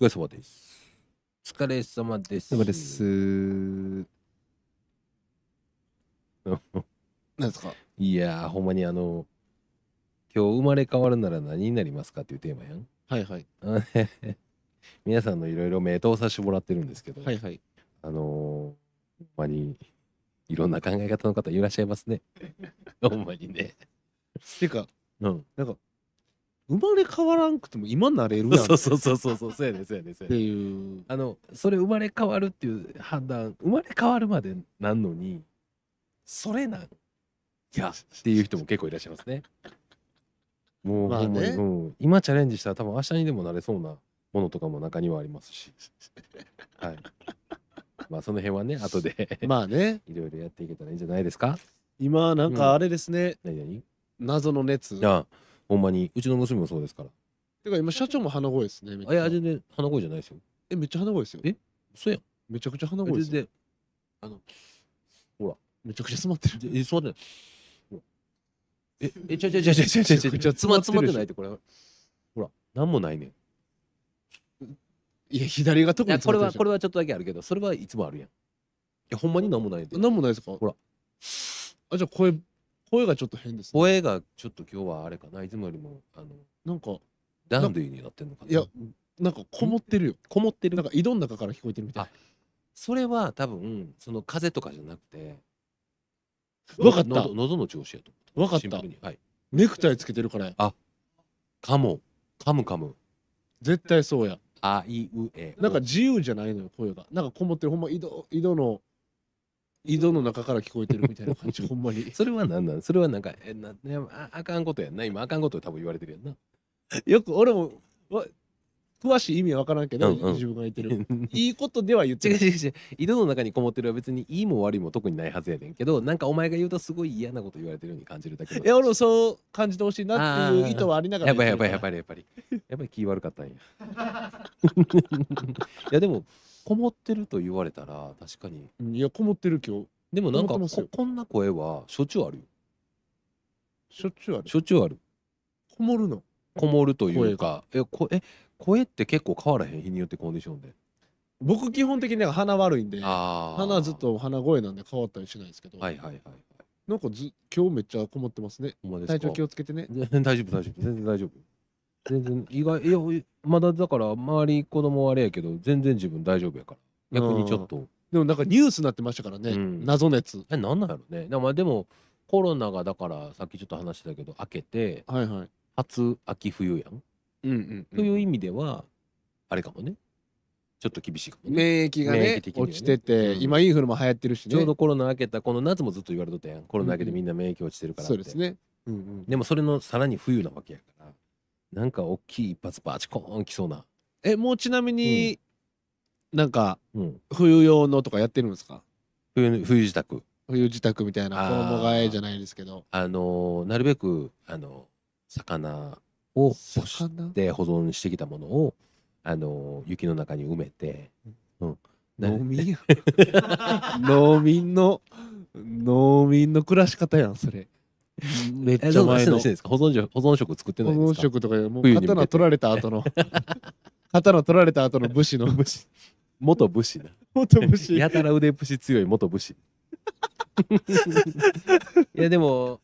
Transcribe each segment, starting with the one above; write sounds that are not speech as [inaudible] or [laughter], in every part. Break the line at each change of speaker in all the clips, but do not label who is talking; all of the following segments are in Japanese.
お疲れ様です。
疲れ様です。
でも
[laughs]
です。
なんですか
いやー、ほんまにあの、今日生まれ変わるなら何になりますかっていうテーマやん。
はいはい。
あへへ皆さんのいろいろ目通させてもらってるんですけど、
はいはい。
あのー、ほんまにいろんな考え方の方いらっしゃ
[laughs]
いますね。ほんまにね。
ていうか、
うん。
生まれ変わらんくても今なれるやん
そ
っ
うそうそうそうそう、そうやねそうやねそうや
て
ね。
いう。
あの、それ生まれ変わるっていう判断、生まれ変わるまでなんのに、それなんいやっていう人も結構いらっしゃいますね。もう、
まあ
ほんまに
ね
うん、今チャレンジしたら多分明日にでもなれそうなものとかも中にはありますし、 [laughs] はい、まあその辺はね後で [laughs]
まあね、
いろいろやっていけたらいいんじゃないですか
今なんかあれですね、
何々
謎の熱。
ああほんまにうちの娘もそうですから。
てか今社長も鼻声ですね。めっちゃ
あいや全然鼻声じゃないですよ。
え、めっちゃ鼻声ですよ。
えそうやん。
めちゃくちゃ鼻声で
全
すよ。
然あの
めちゃくちゃ詰まってる。
え座ってない。ほらええちゃちゃちゃちゃちゃちゃちゃ
めちゃくちゃ
つまつまって
詰まってるでしょ
ないってこれほらなんもないねん。
いや、左が特
い
に
やこれはこ
れ
れはちょっとだけあるけどそれはいつもあるやんいやほんまになんもないで
なんもないですか
ほら。
あ、じゃあ声、声がちょっと変ですね。
声がちょっと今日はあれかないつもよりもあの
なんか、
ダンディーになってんのかない
や、なんかこもってるよ。
こもってる
なんか井戸の中から聞こえてるみたいな。
それは多分その風邪とかじゃなくて
わかった
喉喉の調子やと
わかっ
シン
た
プル。にはい
ネクタイつけてるからや
かもかむかむ
絶対そうや。
あいうえお
なんか自由じゃないのよ声がなんかこもってるほんま井戸井戸の井戸の中から聞こえてるみたいな感じほんまに
それはなんなんそれはなんかえななああかんことやんな今あかんこと多分言われてるやんな
[laughs] よく俺もわ詳しい意味は分からんけど、
うんうん
自分が言ってる [laughs] いいことでは言っ
違
て
う
る
違う違う井戸の中にこもってるは別にいいも悪いも特にないはずやねんけどなんかお前が言うとすごい嫌なこと言われてるように感じるだけの
いや俺もそう感じてほしいなってい
あ
う
ー
意図はありながら
やばいやばいや
い
ばいやっぱ
[laughs]
りやっぱり気悪かったんや [laughs] いやでもこもってると言われたら確かに
いやこもってる今日
でもなんか
こも
こ
ってますよ
こんな声はしょっちゅうあるよ
しょっちゅうある
しょっちゅうある
こもるの
こもるというかえこえ声って結構変わらへん日によってコンディションで
僕基本的になんか鼻悪いんで
あー
鼻ずっと鼻声なんで変わったりしないですけど、
はいはいはいはい
なんかず今日めっちゃこもってますね
ほんまですか
体調気をつけてね
全然大丈夫大丈夫全然大丈夫全然意外いやまだだから周り子供はあれやけど全然自分大丈夫やから逆にちょっと
でもなんかニュースになってましたからね、
うん
謎熱
えなんなんやろねでもでもコロナがだからさっきちょっと話してたけど明けて
はいはい
初秋冬やん、
うんうん
という意味ではあれかもねちょっと厳しいかもね
免疫が
免
ね
疫的にはね
落ちてて、
うん
今インフルも流行ってるしね
ちょうどコロナ明けたこの夏もずっと言われとったやんコロナ明けてみんな免疫落ちてるからって、
そうですね、うんうん、
でもそれのさらに冬なわけやからなんか大きい一発バチコーンきそうな
えもうちなみに、なんか
うん
冬用のとかやってるんですか
冬の冬支度
冬自宅みたいな
あー
衣替えじゃないですけど
あのーなるべくあの魚を干し
魚
で保存してきたものをあのー雪の中に埋めて、うん、な
農
[laughs]
民や農民の農民の暮らし方やんそれめっち
えど
ゃ
うなん
前
してな
の
いしてないですか保存食保存食作って
保
ないんで
存
すか
食とかもう
冬に向けて
刀取られた後の [laughs] 刀取られた後の武士の
元武士な
元武
[laughs]
士
やたら腕っぷし強い元武士 [laughs] いやでも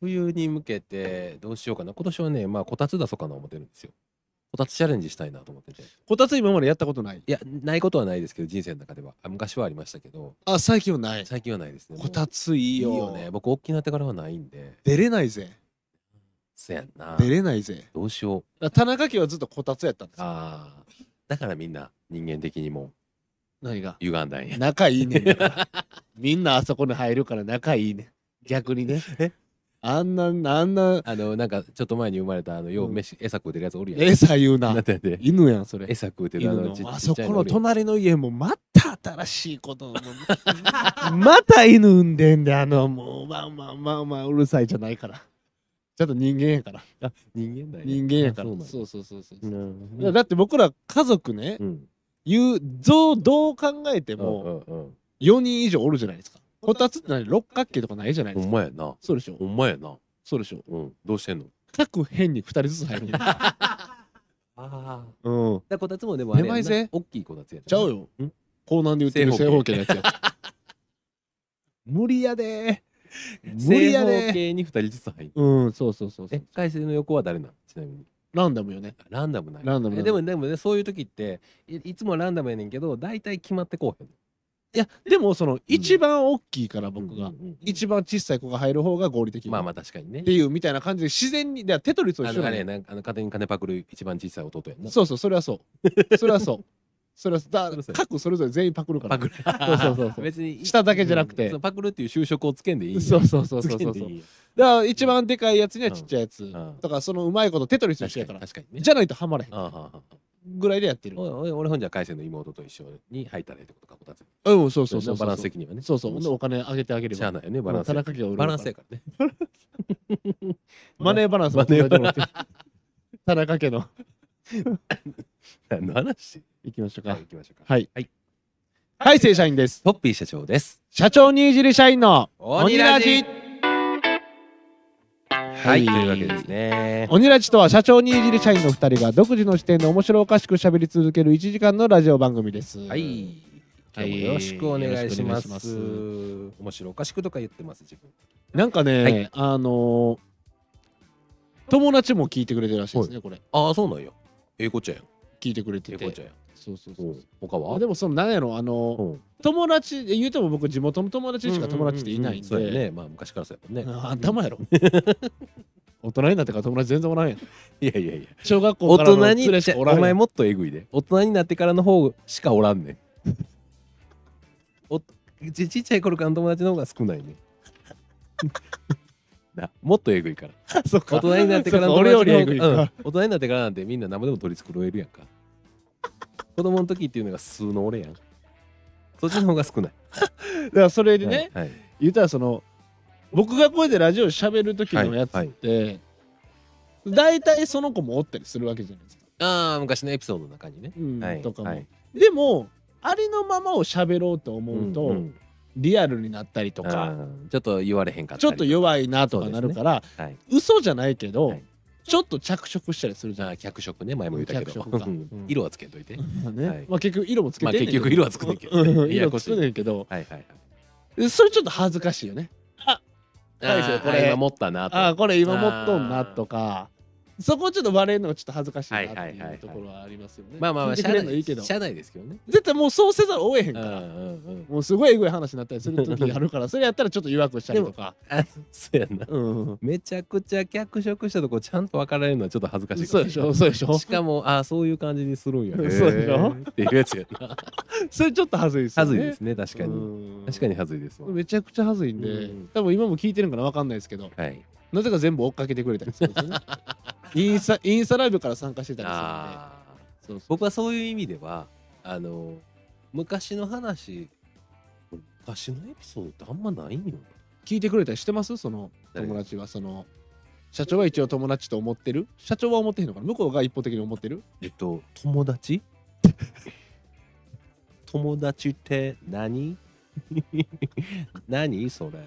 冬に向けてどうしようかな今年はねまあこたつ出そうかな思ってるんですよこたつチャレンジしたいなと思ってて
こたつ今までやったことない
いやないことはないですけど人生の中ではあ昔はありましたけど
あ最近はない
最近はないですねもう
こたつい
い
い
い
よ
よね僕大きくなってからはないんで
出れないぜ
せやんな
出れないぜ
どうしよう
だから田中家はずっとこたつやったんですよ
ああだからみんな人間的にも
何が
歪んだんや
仲いいねんだから [laughs] みんなあそこに入るから仲いいねん逆にね
え
あんなあんな
あのなんかちょっと前に生まれたあのよう
うん
飯餌食うてるやつおるやん
餌言う
なん
な
てなんて
犬やんそれ
餌食うてる
犬
あ
の
のち
あ
ち
そ
っちゃい
この
おるやん
隣の家もまた新しいこと [laughs] もうまた犬産んでんであのもうまあまあまあまあうるさいじゃないからちょっと人間やから
人間だ
人間やから
そう
そうそうそうそう
なんや
いやだって僕ら家族ね、
うん
言うぞどう考えて
うんう
も
んうん
4人以上おるじゃないですかこたつって何六角形とかないじゃない
ほ
です
ん
か
まやな
そうでしょ
ほんまやな
そうでしょ
うんどうしてんの
各辺に2人ずつ入るんです
ああ。
うん。
だこたつもでもあれやん
めまいぜ
な大きいこたつや
ちゃう
よ。
よ
ん。
江南で売ってる
正
正
方
方形のやつや。
[laughs]
無理やでー。無理
正
や
方
でー。
形に二人ずつ入る。
うん、そうそうそうそ
え
う。、
海星の横は誰なのちなみに。
ランダムよね。
ランダムない。
ランダム
えでもでもねそういう時っていいつもランダムやねんけど大体決まってこうへん。
いや、でもその、一番大きいから僕が
うん。うんうん
一番小さい子が入る方が合理的。
まあまあ確かにね
って。いうみたいな感じで自然に、だからテトリスと
あ
一緒
のあ
だ
れや
ね。
なあの勝手に金パクる一番小さい弟やんな。
そうそう、それは [laughs] そう。それはそう。それは、だ
それはそう
各それぞれ全員パクるから
パ。クる。
うそうそうそう
別に
下だけじゃなくて
うんそうパクるっていう就職をつけんでいいんや。
そうそうそう
つ
そう
けん
そう
で
そう。
いいんや。
だから一番でかいやつにはちっちゃいやつ、
ん
とかそのうまいことテトリスと一
確
緒
かに
やから
確かにね。
じゃないとハマれへん
あははは
ぐらいでやってる
おいおい俺ほんじゃ海鮮の妹と一緒に入ったらいいってことかこたつ
うんそうそうそうそう
バランス的にはね
そうそうほんでお金あげてあげれ
しゃあ
ば
ないよねバランス
田中家を
バランスやからね
マネーバランスも考えてもらって [laughs] 田中家の
何の話
行きましょうか
は
はいい
行きましょうか
はい、
はい
正社員です
トッピー社長です
社長にいじり社員の
鬼ラジはいというわけですね
鬼ラジとは社長にいじり社員の2人が独自の視点で面白おかしく喋り続ける1時間のラジオ番組です
はい今
はい
日もよろしくお願いします,、
よろしくお
面白おかしくとか言ってます自分
なんかね、
はい
あのー友達も聞いてくれてるらしいですね、これ
ああそうなんやええこっちゃやん
聞いてくれ
え
て
え
て
こっちゃやん
そうそうそううん
他
あ
は
でもそのなんやろあのー
うん
友達言うても僕地元の友達しか友達っていないんで、
そうやねまあ昔からそうやもんね
ああんたも
[laughs]
やろ大人になってから友達全然おらんやん
いやいやいや
小学校
大
からの
人
連れ
に
し
ち
か
ゃ
おら
お
んや
前
ん
もっとえぐいで大人になってからの方しかおらんねんおちちっちゃい頃からの友達の方が少ないね [laughs] なもっとえぐいから
[laughs] [laughs] そっか
大人になってからの
そっ
友
俺
達
よりえぐい
の方が
か、
うん大人になってからなんてみんな生でも取り繕えるやんか子供の時っていうのが数の俺やんそっちの方が少ない
だからそれ [laughs] でね、
はいはい
言ったらその僕がこうやってラジオ喋る時のやつって、大体その子もおったりするわけじゃないですか、
ああ昔のエピソードの中にね、
うん
はい
とかも、
はい
でもありのままを喋ろうと思うと、
うんうん
リアルになったりと
あ
か
ーちょっと言われへんかった
ちょっと弱
い、
いなとかなるから、
はい、
嘘じゃないけど、
はい
ちょっと着色したりするじ
じ
ゃ
ゃ
な
あ
い
脚色ね前も言ったけ
脚
ど
色か
うん
うん
色はつけといて
ね
はい
まあ、結局色もつけてんねんけ
ま
ど
あ結局色はつくねんけど
うん
やや
色
こしい
つくねんけど
はいはいはい
それちょっと恥ずかしいよね大将
あー
これ
今持ったなと
ああこれ今持っとんなとかそこちょっと割れるのがちょっと恥ずかしいなって
はいはいはいはいいう
ところはありますよね
まあまあまあ
聞いて
社
くれるのいいけど
内社内ですけどね
絶対もうそうせざるを得へん
う
か
んう
ら
んうん
もうすごいエグい話になったりする時があるから [laughs] それやったらちょっと弱くしたりとか
あそうやな
うん
めちゃくちゃ脚色したとこちゃんと分かられるのはちょっと恥ずかしいか
そ
も
うでしょそうでしょ
しかもあーそういう感じにするんや
[laughs] そうでし
へ
ょ
ーっていうやつやな
[laughs] それちょっと恥ずいですよ
は
ね
ずいですね確かに
に
確かにはずいですわ
めちゃくちゃ恥ずいんで
うん
多分今も聞いてるんかなわかんないですけど
はい
なぜか全部追っかけてくれたりするんです [laughs] よねインスタインスタライブから参加してたり
あー
するんでそうそう
僕はそういう意味ではあの昔の話昔のエピソードってあんまないんよ
聞いてくれたりしてますその
誰が
友達はその社長は一応友達と思ってる社長は思ってへんのかな向こうが一方的に思ってる
えっと友達 [laughs] 友達って何 [laughs] 何それ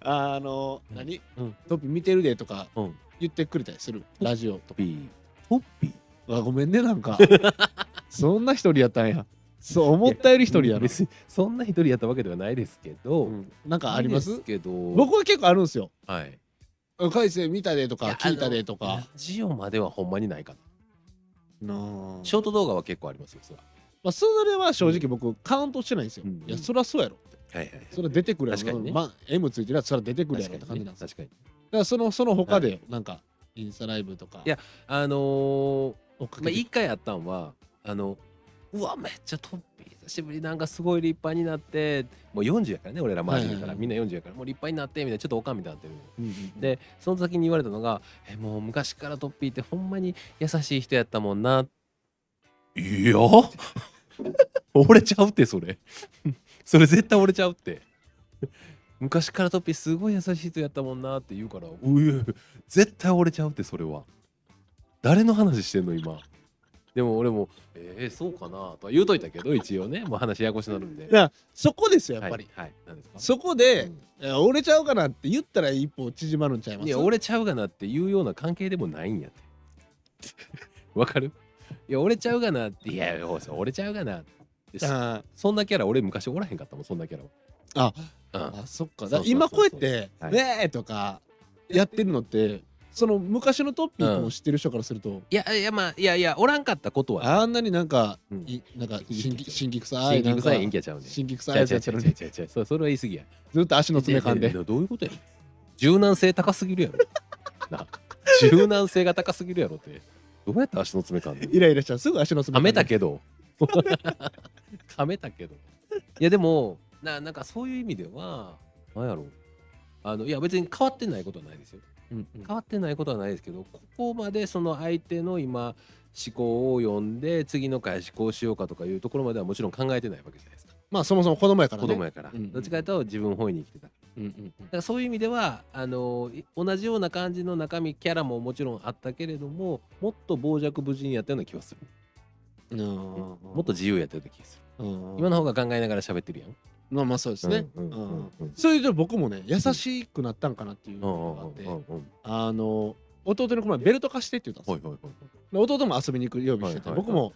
ああの
うん
何、
うん
トッピー見てるでとか
うん
言ってくれたりするラジオと
トッピートッピー
あごめんねなん
[laughs]
かそんな一人やったんやそう思ったより一人やな、
別にそんな一人やったわけではないですけど、
うんなんかありま
ないですすけど
僕は結構あるんですよ
はい
「海星見たで」とか
いや
「聞いたで」と
あのラ
か
ジオまではほんまにないかな
なあ
ショート動画は結構ありますよそれは
まあそれは正直僕カウントしてないんですよ、
うん
いやそりゃそうやろ
はいはい
それ出てくるやろ
確かにね
まあ、M ついてるやつそりゃ出てくるやろって
確か
感じ
に
なん
ね
です
確
よ
かに
だからそのその他でよなんかインスタライブとか
いやあのー
追っかけ
まあ、
て
一回あったんはあのうわめっちゃトッピー久しぶりなんかすごい立派になってもう40やからね俺ら周りだ
はい
か
は
ら、
いはい
みんな40やからもう立派になってみたいなちょっとおかんみたいになってる
うんうんうん
でその先に言われたのが「えもう昔からトッピーってほんまに優しい人やったもんな」いや [laughs] 俺ちゃうってそれ [laughs] それ絶対俺ちゃうって昔からトッピーすごい優しい人やったもんなって言うから「うえ絶対俺ちゃうってそれは誰の話してんの今」でも俺も「えー、そうかな」とは言うといたけど一応ねもう話ややこしなるんで
だからそこですよやっぱり、
はい、はい、なんですか
そこで、いや折れちゃうかなって言ったら一歩縮まるんちゃいま
い
す
や俺ちゃうがなっていうような関係でもないんやって [laughs] わかるいや折れちゃうがなっていやいやそう折れちゃうがなって
あ
そんなキャラ俺昔おらへんかったもんそんなキャラ
あ
は
あそっ
そ
か
うそうそうそう
だ今こうやって「
はい
ねえ」とかやってるのってその昔のトッピーを知ってる人からすると、
いやいやまあいやいやおらんかったことは
あんなになんか、
うん
いなんか新規新規臭
新
いな
規
んか
臭い演技やちゃうね
新規臭い
ちゃ
や
う
つ
ちゃ
や
う
って
ちゃうちゃ
るの
うちゃ
に
うちゃうそれそれは言い過ぎや
ずっと足の爪噛ん
いやい
で
やどういうことや柔軟性高すぎるやろ [laughs] な柔軟性が高すぎるやろってどうやって足の爪噛んでんの
イライラしちゃうすぐ足の爪
噛
噛んで
めたけど [laughs] 噛めたけどいやでもななんかそういう意味ではなんやろうあのいや別に変わってないことはないですよ
うんうん
変わってないことはないですけどここまでその相手の今思考を読んで次の回思考しようかとかいうところまではもちろん考えてないわけじゃないですか
まあそもそも子供やから
子
ね
供やから、
うんうん
どっちかというと自分本位に生きてた
うんうんうん
だからそういう意味ではあのい同じような感じの中身キャラももちろんあったけれどももっと傍若無人やったような気がする
も
もっと自由やったような気がする今
今の
の方が考えながら喋ってるやん
まあまあそうですね、
うんうんうんうん
それで僕もね優しくなったんかなっていうのがあって、あの弟の子前ベルト貸してって言ったんですよ、で弟も遊びに行くようにしてて、
はいはいはい
僕も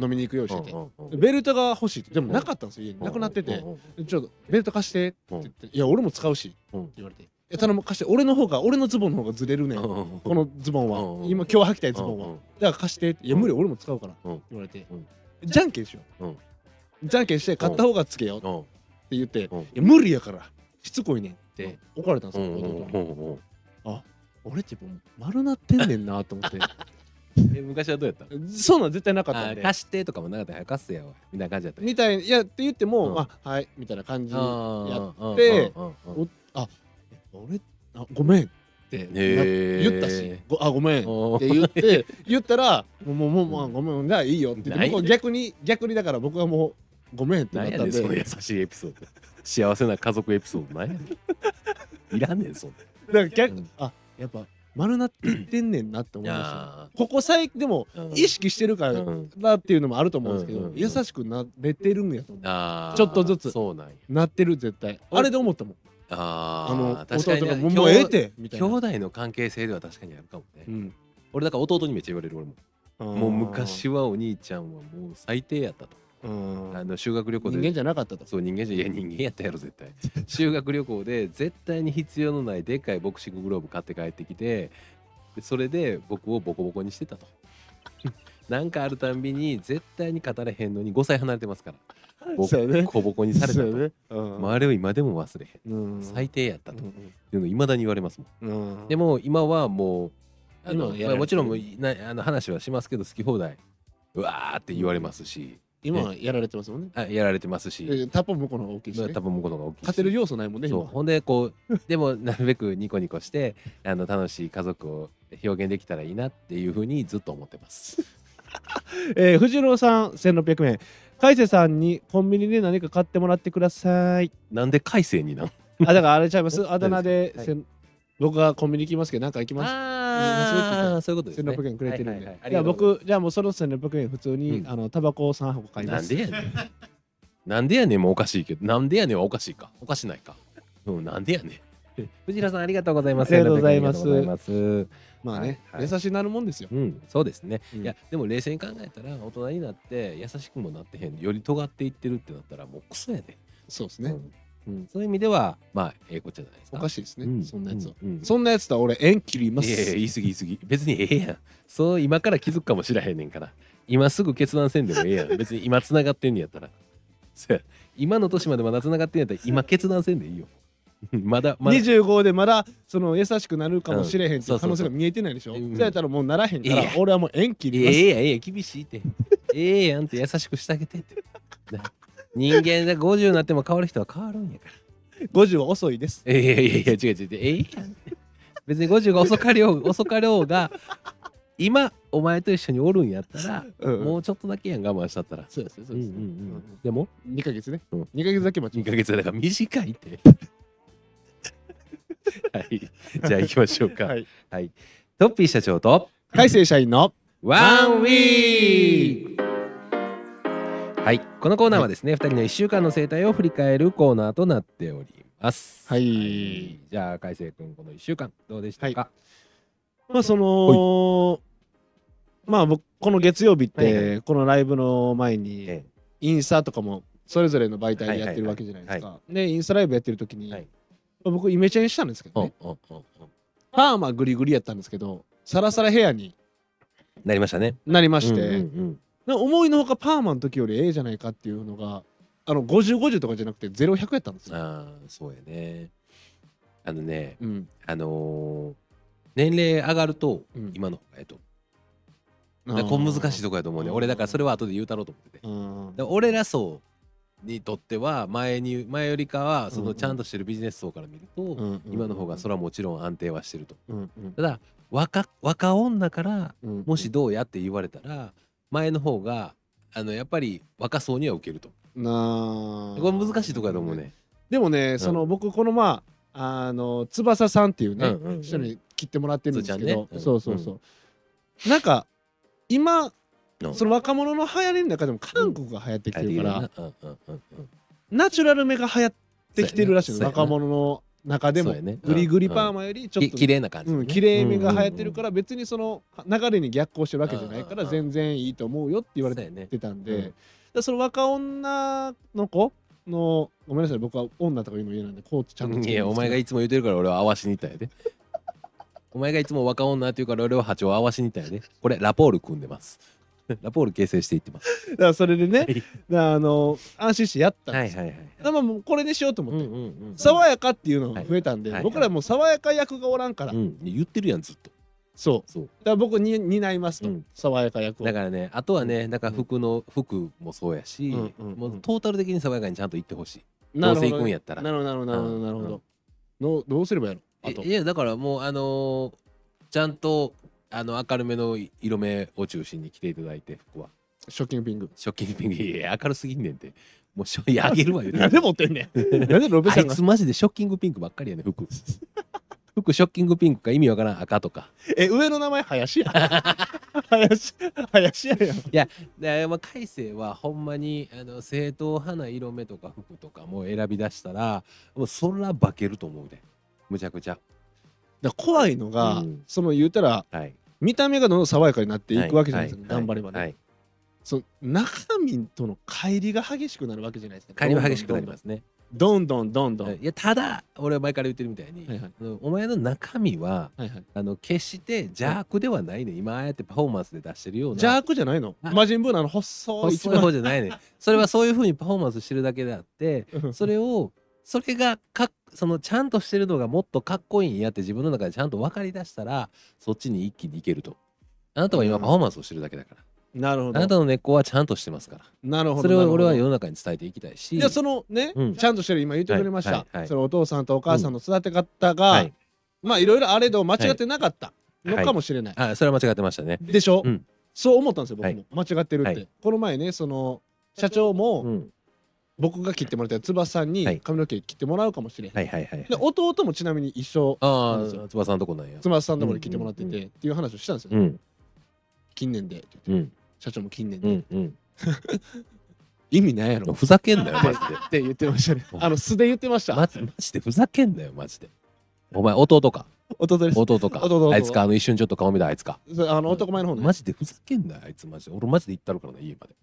飲みに行くようにしてて、でベルトが欲しいってでもなかったんですよ家になくなってて、でちょっとベルト貸してって言って、いや俺も使うしって
うん
言われて、いや頼む貸して俺の方が俺のズボンの方がずれるねん、こ
こ
のズボンは、
うんうん
今今日履きたいズボンは、だから貸してっていや無理俺も使うから、
うん
って言われて、
うん
じゃんけんしよう、
うん
じゃんけんして買った方がつけようって言って、
うん
いや無理やからしつこいねんって怒られたんですよ、弟に俺ってもう丸なってんねんなと思 [laughs] って
昔はどうやった
そんなん絶対なかったん
あ
で
貸してとかもなかったら貸せやわみたいな感じやった
みたいいやって言っても、
うん
あはいみたいな感じ俺あごめんってな言ったしごあごめんって言 [laughs] って言ったらもうもうもうもうごめんじゃあいいよって言っ
な
て
い
僕は逆に逆にだから僕はもうごめんってな
何
っ
や
た
ね
ん
ん
で
その優しいエピソード幸せな家族エピソード何やねんいらんねんそん
だから逆、
うん
あやっぱ丸なっていってんねんなって思いました
な
ここ最近でも意識してるからなっていうのもあると思うんですけど、
うんうんうん
優しくなれてるんやと思う
ちそうなんや
なってる絶対あれで思ったもんあの
ああ
弟がもうもうええてみたい
兄
な、
弟の関係性では確かにあるかもね、
うん、
俺だから弟にめっちゃ言われる俺ももう昔はお兄ちゃんはもう最低やったと、
うん
あの修学旅行で
人間じゃなかったと
そう人間じゃいや人間やったやろ絶対 [laughs] 修学旅行で絶対に必要のないでっかいボクシンググローブ買って帰ってきてでそれで僕をボコボコにしてたと [laughs] なんかあるたんびに絶対に語れへんのに5歳離れてますからボ
そうやね
コボコにされた
そ
と、
うやねうん
まあ、あれを今でも忘れへん、
うん
最低やったと
う
い
ん
うのいまだに言われますもん
うん
でも今はもうあ
今
の
はや
ま
られてる
あもちろんもうなあの話はしますけど好き放題うわーって言われますし、
今はやられてますもんね
あやられてますし、
えタッパ向こうの方が大きいし、
まあ
ね
多、分向こうの方が大きいし
勝てる要素ないもんね
そう
今
ほんでこうでもなるべくニコニコしてあの楽しい家族を表現できたらいいなっていうふうにずっと思って
[laughs]
ます。
えー、藤郎さん1600円海瀬さんにコンビニで何か買ってもらってください
なんで改正になん
あだからあれちゃい
[laughs]
ます
え
あだ名で、
はい
せん僕がコンビニ行きますけど何か行きます
ああそういうことですね。
1600円くれてるん
はいはい
で
はいあ
じ
り
ゃあ
がとうござい
僕じゃあもうその1600円普通に、
うん
あのタバコを3箱買いま
ますすなんでやねん。なんでやねんもおかしいけどなんでやねんはおかしいかおかしないか。うんなんでやねん。 [laughs] 藤田さんありがとうございます。
ありがとうございます
ありがとうございます。
まあね、
はいはい
優しくなるもんですよ、
うん、そうですね、
うん
いやでも冷静に考えたら大人になって優しくもなってへんより尖っていってるってなったらもうクソやで、
そうですね、
うんうんそういう意味ではまあええ子じゃないですか
おかしいですね、
うん
そんなやつは、
うんうん
そんなやつとは俺縁切りま
い
す
やいや言い過ぎ言い過ぎ別にええやんそう今から気づくかもしらへんねんから今すぐ決断せんでもええやん別に今つながってんねやったらそや今の年までまだつながってんやったら今決断せんでいいよ [laughs] まだまだ
25でまだその優しくなるかもしれへんっていう可
うんそう
能
そ
性
うそ
が
う
見えてないでしょ、
うん
そうやったらもうならへんか
い
ら
や
俺はもう縁切ります、
ええやんええやん厳しいって。ええやんって優しくしてあげてって。な人間が50になっても変わる人は変わるんやから。
50は遅いです
ええいやいやいや違う違う違う。ええやんって。別に50が遅かろう遅かろうが今お前と一緒におるんやったら、
うん
もうちょっとだけやん我慢したったら。
そうですねそう
うん
で
う
す
んう
ね
ん、でも
うん2ヶ月ね、
うん
2ヶ月だけ待ち
2
ます
ヶ月だから短いっ
[laughs]
て。はい。じゃあ行きましょうか。
はい
はい、トッピー社長と
改正社員の
ワンウィークはい、このコーナーはですね、二人の一週間の生態を振り返るコーナーとなっております。
はい
じゃあ、海星君、この一週間、どうでしたか。
まあそのまあ僕この月曜日っ
はい
てこのライブの前に
え
インスタとかもそれぞれの媒体でやってるわけじゃないですか。でインスタライブやってる時に
はい
僕イメチェンしたんですけど
お
ね
おおお
パーマグリグリやったんですけどサラサラヘアに
なりましたね。
なりまして、
うんうん
なんか思いのほかパーマの時よりええじゃないかっていうのがあの5050とかじゃなくて0100やったんです
うん、
よ。
ああそうやね。あのね
うん
あのー年齢上がると
うん
今の方がええと思
あ
う。だか
ー
らこれ難しいとこやと思うね。
あー
俺だからそれは後で言うたろうと思ってて。
うん
だから俺ら層にとっては前に前よりかはそ
うんう
の
ん
ちゃんとしてるビジネス層から見ると、
うんうん
今の方がそれはもちろん安定はしてると。
うんうん
ただ若若女から
うん
もしどうやって言われたら前の方があのやっぱり若そうには受けると。
なあ
これ難しいとこやと思うね。
でもね、その僕このまああの翼さんっていうね、
うんうんうん
人に切ってもらってるんですけ
つーちゃん
ど、
ねうん
そうそうそう、なんか今
うん
その若者の流行りの中でも韓国が流行ってきてるから、
うんうんうんうん
ナチュラル目が流行ってきてるらしいの、
そうやな
若者の中でも、
そうやね
グリグリパーマよりちょっ
き
と
綺麗な感じ、
うん、綺麗めが流行ってる
ら
から別にその流れに逆行してるわけじゃないから
うんうんうん
全然いいと思うよって言われ
そうやね
てたんで、
うん
だからその若女の子のごめんなさい僕は女とか今言えないんでコーチちゃんと
いやお前がいつも言ってるから俺は合わしに行ったんや
[laughs]
でお前がいつも若女っていうから俺は波長を合わしに行ったんやでこれラポール組んでます [laughs] ラポール形成していってます
だからそれでね、
はい
だからあの安心してやったんですよ、
はい
だからまあもうこれにしようと思って、
うん
爽やかっていうのが増えたんで、
はいはい
僕らもう爽やか役がおらんから、
うん言ってるやんずっと
そう
そう
だから僕に担いますと、
うん
爽やか役を
だからねあとはねだから服の服もそうやし、
うんうんうん
もうトータル的に爽やかにちゃんと行ってほしい
なるほ
どうせ行くんやったら
なるほどなるほどなるほどなるほど、のどうすればやろうあと
いいやだからもうあのーちゃんとあの明るめの色目を中心に着ていただいて服は
ショッキングピング
ショッキングピンクいや明るすぎんねんてもうしょ [laughs] いやあげるわ言うて
なんで持ってんねん。なんでロベ
あ
さ
い
んが
つ。マジでショッキングピンクばっかりやね服 [laughs] 服ショッキングピンクか意味わからん赤とか
え、上の名前、林
[laughs]
や。林、林ややん。
で、まあ、海星はほんまにあの正統派な色目とか服とかも選び出したらもうそら化けると思うでむちゃくちゃ
だから怖いのが、
うん
その言うたら、
はい
見た目がどんどん爽やかになっていくわけじゃないですか。
は
頑張ればね。
はい
その中身との乖離が激しくなるわけじゃないですか。
帰りも激しくなりますね
どんどんどんどんどんどん。
いやただ俺は前から言ってるみたいに、
はいはい
あのお前の中身は
はいはい。
あの決して邪悪ではないね今ああやってパフォーマンスで出してるような
邪悪じゃないの。
あ
魔人ブーナーの細い一
細い
番。
方じゃないねそれはそういうふうにパフォーマンスしてるだけであってそれをそれがかっそのちゃんとしてるのがもっとかっこいいんやって自分の中でちゃんと分かりだしたらそっちに一気にいけるとあなたは今
うん
パフォーマンスをしてるだけだから、
[laughs] なるほ
あなた
ど。
の根っこはちゃんとしてますから
なるほど。
それ
なる
を
ほ
俺
ど
は世の中に伝えていきたいし
いやそのね、
うん
ちゃんとしてる今言ってくれました、
はいはいはい
そのお父さんとお母さんの育て方が、
はい
まあいろいろあれど間違ってなかった
はい
のかもしれない、
あそれは間違ってましたね
でしょ、
うん
そう思ったんですよ僕
はい
も、間違ってるっ
は
て、
い
この前ねその社長も
ん
僕が切ってもらった翼さ
はい
んに髪の毛切ってもらうかもしれん、
はいはいはい
で弟もちなみに一緒
あ
そうなんです
あ翼さんのとこなんや
翼さんのところに切ってもらって
うんうん
てっていう話をしたんですよ、
うん
近年でって言っ
う
て
ん
社長も近年で、
うんうん
意味ないやろっ
ふざけんなよ
[laughs]
マジで
て言ってましたねあの素で言ってました、
マジマジでふざけんなよマジでお前弟か
弟です
弟か
弟弟
あいつかあの一瞬ちょっと顔見たあいつか
そうあの男前の方ね
マジでふざけんなよあいつマジで俺マジで行ったるからな家まで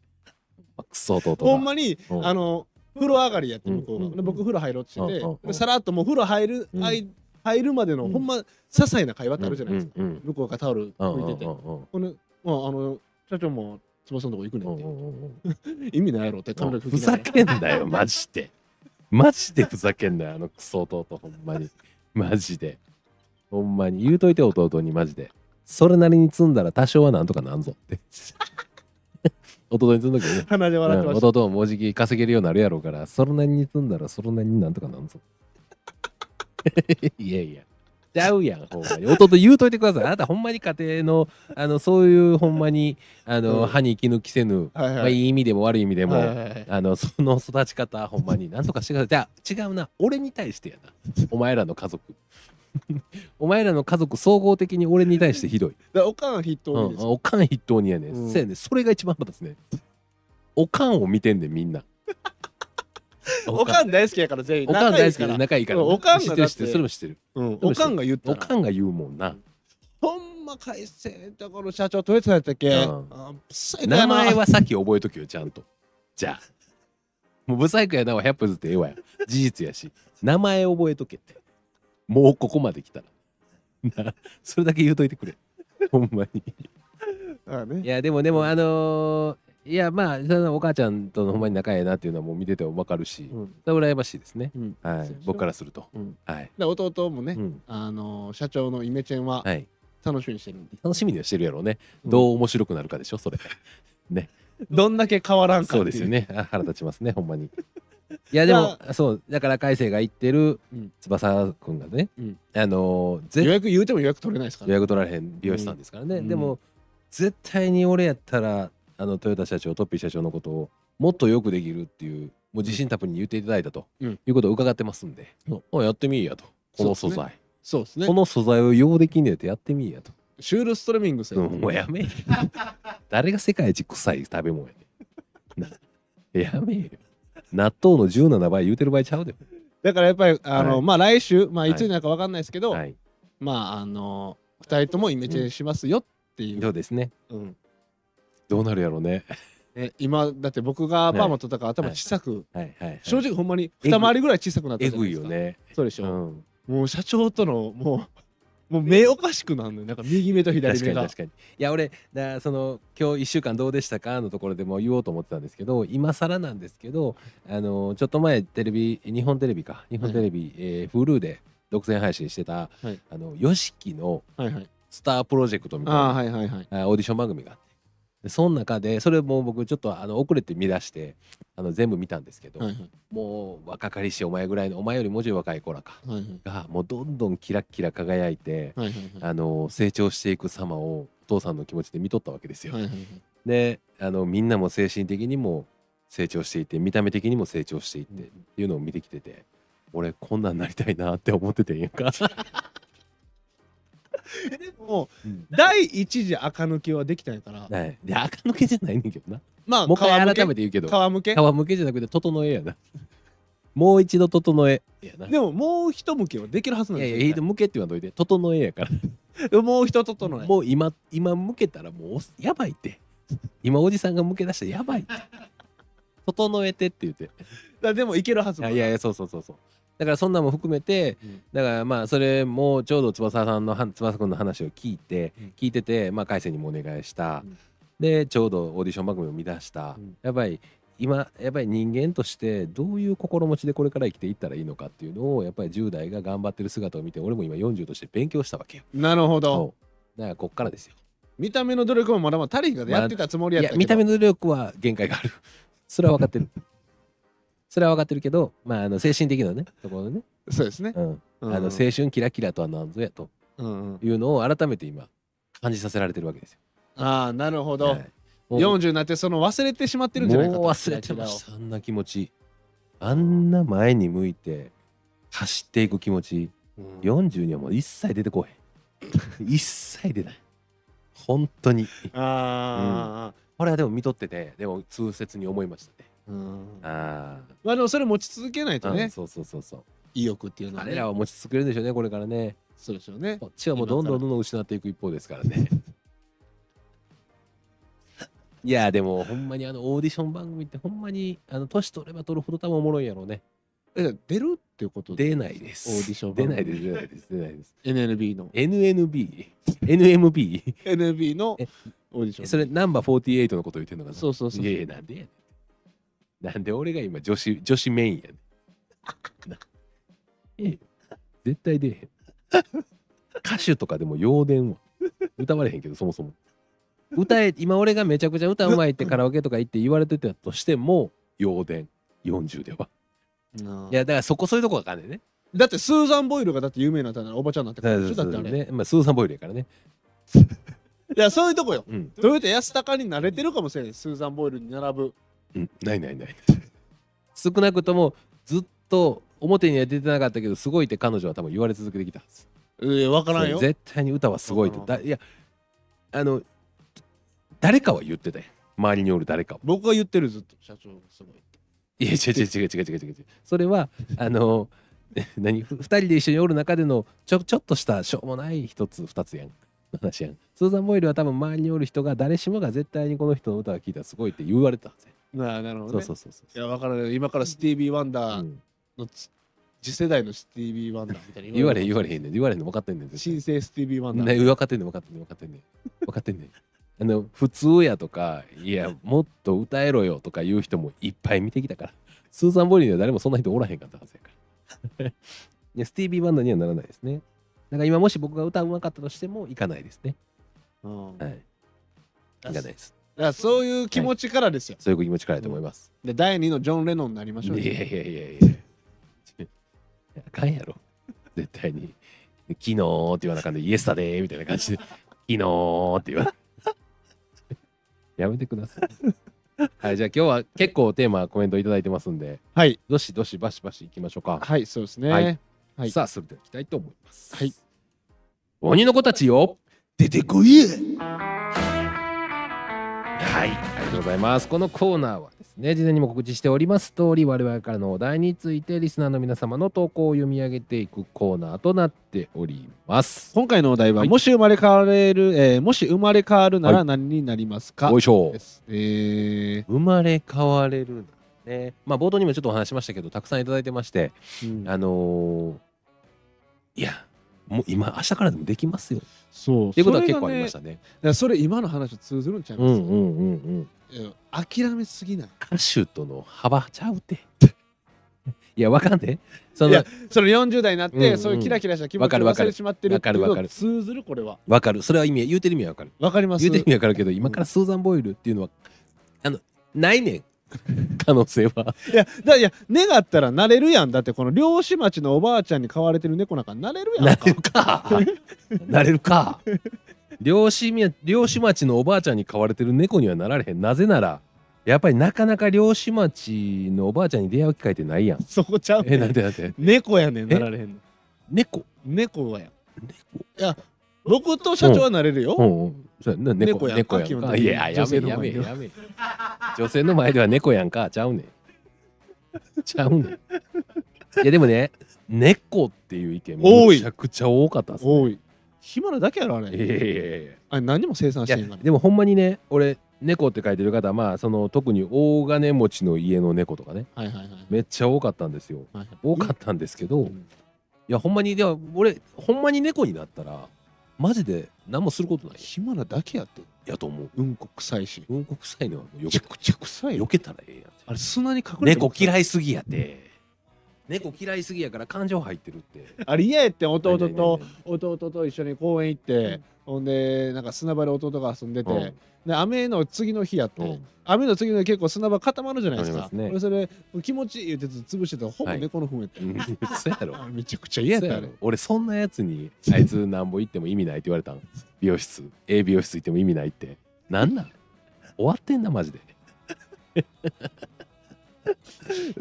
まあクソ弟が
ほんまに、
うん
あの風呂上がりやって向こうが、
うんうん
で僕風呂入ろうとしてて、
うんうんうん
でさらっともう風呂入る、
うん
あい入るまでの、
うん
ほんま些細な会話ってあるじゃないですか、
うんうん
向こうがタオル
うんうん
拭いてて、
うんうん
ほんで、まあ、あの社長も翼のとこ行くねん
うん
って、
うんうん
意味ないやろって髪の毛拭
ふ
きなが
ざ
ら
けんなよマジでマジでふざけんなよあのクソ弟ほんまにマジでほんまに言うといて弟にマジでそれなりに積んだら多少はなんとかなんぞって [laughs] 弟に積んどきにね
鼻で笑って
う
ま
ん
した、
弟ももうじき稼げるようになるやろうからそれなりに積んだらそれなりになんとかなんぞいやいやちゃうやんほんまに弟言うといてくださいあなたほんまに家庭のあのそういうほんまにあの、
うん
歯に衣着せぬ、
はいはい
まあ、いい意味でも悪い意味でも、
はいはいはい
あのその育ち方ほんまになんとかしてくださいじゃあ違うな俺に対してやなお前らの家族 [laughs] お前らの家族総合的に俺に対してひどい
でおかん筆頭にです
うん
よ、
おかん筆頭にやね、
うん
せやねそれが一番まですねおかんを見てんでみん [laughs] な
おかん大好きやから全員
おかん
仲
大
いい
好
か
き
ら
で仲いいからな
おかんが
知
だ
っる
ってて
知ってるそれも知ってる
うんおかんが言った
お
ら
かんが言うもんな
ほんまあ海鮮とこの社長取れてたやったっけ、
うん
あブサイク
名
やな
前はさっき覚えときよちゃんとじゃあもうブサイクやなは100歩ずってええわや事実やし名前覚えとけってもうここまで来たらなそれだけ言うといてくれほんまに
ああね
いやでもでもあのーいやまあそのお母ちゃんとのほんまに仲ええなっていうのはもう見ててわかるし、
うん
それは羨ましいですね、
うん
は
そう
い
でしょ
僕からすると、
うん
はい、
で弟もね、
うん
あの社長のイメチェンは
はい、
楽しみにしてるんで、
楽しみにはしてるやろうね、
うん
どう面白くなるかでしょそれ
どんだけ変わらんか
そ
っ
う
てい
ですよね [laughs] あ腹立ちますねほんまにいやでも、そうだから海星が言ってる
うん
翼くんがね、
うん
あのーぜ
予約言うても予約取れないですか
予
ら
約取られへん美容師さんですからね、
うん
でも絶対に俺やったらあの豊田社長トッピー社長のことをもっとよくできるっていうもう自信たっぷりに言っていただいたと、
うん
いうことを伺ってますんで、
そう
あやってみいやとこの素
そう
材、
そうですね
この素材を用できんねやってやってみいやと、
シュールストレミングス
うんもうやめえ誰が世界一臭い食べ物やねんなやめえよ納豆の17倍言うてる場合ちゃうで
だからやっぱりあの、
はい
まあ来週まあ
はい
いつになるかわかんないですけど、
はい
まああの二人ともイメチェンしますよっていう、
そうですね
うん
どうなるやろうね
ね今だって僕がパーマ取ったから頭小さく、
はいはい、はい、
正直ほんまに二回りぐらい小さくなった
え
じゃな
ぐ
い
い
です
よ
か
ね
そうでし
う
ょ、
ん
もう社長とのもうもう目おかしくなるのよなんか右目と左
確か
目
に
が
確かにいや俺だからその今日1週間どうでしたかのところでも言おうと思ってたんですけど今更なんですけどあのちょっと前テレビ日本テレビか日本テレビ、えー、Hulu で独占配信してた、
はい
あの YOSHIKI の
はいはい
スタープロジェクトみたい
あ
な
あはいはいはい
あオーディション番組があってでその中でそれも僕ちょっとあの遅れて見出してあの全部見たんですけど、
はいはい
もう若かりしお前ぐらいのお前よりもうちょい若い子らか
はいはい
がもうどんどんキラッキラ輝いて、
はいはい
あの成長していく様をお父さんの気持ちで見とったわけですよ。
はいはいはい
であのみんなも精神的にも成長していって見た目的にも成長していってっていうのを見てきてて俺こんなんなりたいなって思っててんやん
[laughs]
か。
でも第一次垢抜けはできたんやから
はい、で垢抜けじゃないねんけどな。
まあ
もう一回
皮むけ
改めて言うけど
皮むけ
皮むけじゃなくて整えやな。もう一度整えやな。い
でももう一向けはできるはずなん
や
ですよ、
いや向けって言わんといて整えやから。
でももう一ととのね
もう今今向けたらもうおやばいって。今おじさんが向け出したらやばいって。整えてって言って。
だでもいけるはず
いやいやいやそうそうそうそうだからそんなんも含めて、
うん
だからまあそれもちょうど翼さんのは翼くんの話を聞いて、
うん
聞いててまあ海星にもお願いした、
うん
でちょうどオーディション番組を見出した、
うん
やっぱり今やっぱり人間としてどういう心持ちでこれから生きていったらいいのかっていうのをやっぱり10代が頑張ってる姿を見て俺も今40として勉強したわけよ。
なるほど
そうだからこっからですよ。
見た目の努力もまだまだ足りひんからやってたつもりや
い
った
や
けど、
見た目の努力は限界がある [laughs] それは分かってるそれは分かってるけどまああの精神的なねところでね、
そうですね、
うん、
うん
あの青春キラキラとは何ぞやと
うんうん
いうのを改めて今感じさせられてるわけですよ。
ああなるほど、
はいもう
40になってその忘れてしまってるんじゃないかと
もう忘れてました。あんな気持ち、あんな前に向いて走っていく気持ち、
うん
40にはもう一切出てこへん。一切出ない。本当に。
あ
これはでも見とってて、でも痛切に思いましたね。
あ、うん
あ
まあでもそれ持ち続けない
あ、
とね、
うんそうそうそうそう。
意欲っていうのは、
あ
ね、
れらは持ち続けるんでしょうね、これからね。
そうですよね
こっちはもうどんどんどんどん失っていく一方ですから [laughs] ね。いやでもほんまにあのオーディション番組ってほんまにあの年取れば取るほど多分おもろいんやろうね。
え出るっていうこと
出ないです。
オーディション
出
番
ない
組
です。出ないです。出ないです。
NNB の
NNB。NMB。 [laughs]
NNB の
え
オーディション
それナンバー48のこと言ってんのかな。
そうそうそう
いやいやなんでやねんなんで俺が今女子女子メインやねん。ええ絶対出えへん。 [laughs] 歌手とかでも陽電は歌われへんけどそもそも。歌え今俺がめちゃくちゃ歌うまいってカラオケとか行って言われてたとしても陽電40では。
うん
いやだからそこそういうとこわかんないね。
だってスーザン・ボイルがだって有名になったならおばちゃんになってからでしょだってあれ、
ねまあスーザンボイルやからね。
いやそういうとこよ
うん。
豊田安高に慣れてるかもしれないスーザン・ボイルに並ぶ
うん、ないないない。少なくともずっと表には出てなかったけどすごいって彼女は多分言われ続けてきたはず。
えー、分からんよ
そう絶対に歌はすごいって
わか
だいやあの誰かは言ってたよ周りにおる誰かは
僕が言ってるずっと社長がすごい
いや違う違う違う違う違う違う違うそれはあの [laughs] え何ふ二人で一緒におる中でのちょちょっとしたしょうもない一つ二つやんの話やんスーザン・ボイルは多分周りにおる人が誰しもが絶対にこの人の歌を聴いたらすごいって言われてたんですよ、
なあなるほど、
そう
ね、
そうそうそう
いや分からない今からスティービー・ワン
う
ダー
ん
のつ、次世代のスティービー・ワンダーみたいに
[laughs] 言われへん
る
言われへんねん言われへんの分かってんねん絶対
新生スティービー・ワンダー、
ね、分かってんねん分かってんねん分かってんねん分かってんねんあの普通やとかいやもっと歌えろよとか言う人もいっぱい見てきたからスーザン・ボリーには誰もそんな人おらへんかったはずやから [laughs] いやスティービー・ワンダーにはならないですねだから今もし僕が歌うまかったとしてもいかないですね
うん、
はいいかないです
だからそういう気持ちからですよ。
そういう気持ちからやと思います、
で第2のジョン・レノンになりましょうよ。
いやいやいやいやいやあかんやろ絶対に「昨日」って言わなあかんで「イエスタデー」みたいな感じで「昨日」って言わなやめてくださいはいじゃあ今日は結構テーマコメントいただいてますんで
はい、
どしどしバシバシいきましょうか、
はい、そうですね。
はい
はい
さあそれではいきたいと思います
はい
鬼の子たちよ
出てこいや
はい、ありがとうございます。このコーナーはですね、事前にも告知しております通り、我々からのお題についてリスナーの皆様の投稿を読み上げていくコーナーとなっております。
今回のお題は、
はい
もし生まれ変われる、えーもし生まれ変わるな
は
ら何になりますか、
よいしょ
で。す。え
生まれ変われるんだね。まあ冒頭にもちょっとお話ししましたけど、たくさんいただいてまして、
ーうん
あのーいや、もう今明日からでもできますよっ
そう。
ていうことは結構ありまし
それがね
たね。
だからそれ今の話と通ずるんちゃい
うん
ます、
うんうんうん。
うん諦めすぎない。
歌手との幅ちゃうて。 [laughs] いやわかんね。そ
い
の
やその40代になって、
うんうん
そういうキラキラした気持
わ
ち
か
を
るわかる
忘れてしまってるっていう
わ
の
かる
と通ずるこれは。
わかる。それは意味言うてる意味はわかる。
わかります
言うてる意味わかるけど今からスーザン・ボイルっていうのはあのない [laughs] ねん可能性はい
やだいや願ったらなれるやんだってこの漁師町のおばあちゃんに飼われてる猫なんかなれるやん
な
か
れるか [laughs] なれるか漁師み漁師町のおばあちゃんに飼われてる猫にはなられへんなぜならやっぱりなかなか漁師町のおばあちゃんに出会う機会ってないやん
そこちゃうね
[laughs] え
ん
なんてなんて
猫やねん
え
なられへんの
猫
猫はやん
猫
いや僕と社長はなれるよ、
うんうんそうやな猫
猫やん
猫や
基
ん
本
か
的
い
に
やや
女
め
性の
や
前
め
では
やめ女性の前では猫やんかちゃうねんちゃうねんいやでもね猫っていう意見
多い
めちゃくちゃ多かったっすね
おい暇なだけやろあれ、
いやいやいやいや
あれ何にも生産
い
してへんか
や
ら
でもほんまにね俺猫って書いてる方まあその特に大金持ちの家の猫とかね
はいはいはい
めっちゃ多かったんですよ
はい
多かったんですけど、い
うん
やほんまにでは俺ほんまに猫になったらマジで何もすることない
暇なだけやって
やと思う
うんこ臭いし
うんこ臭いのはもうよ
め
け
ちゃくちゃ臭い
よ
よ
けたらええやん
あれ砂に隠れて
猫嫌
い
いすぎやて猫嫌いすぎやから感情入ってるって
あれ嫌やってん
な
弟
いない
と弟と一緒に公園行って、ほんでなんか砂場で弟が遊んでて、
ないない
で雨の次の日やって、
うんうん
雨の次の日結構砂場固まるじゃないです
なりま
か。
すね
俺それ気持ちいい言って潰してたらほぼ
はい
猫の糞やった、
うんそやろ
あめちゃくちゃ嫌やったあ
そ
れ
やろ。俺そんなやつにあいつなんぼ行っても意味ないって言われたん美容室 A 美容室行っても意味ないってなんなん終わってんなマジで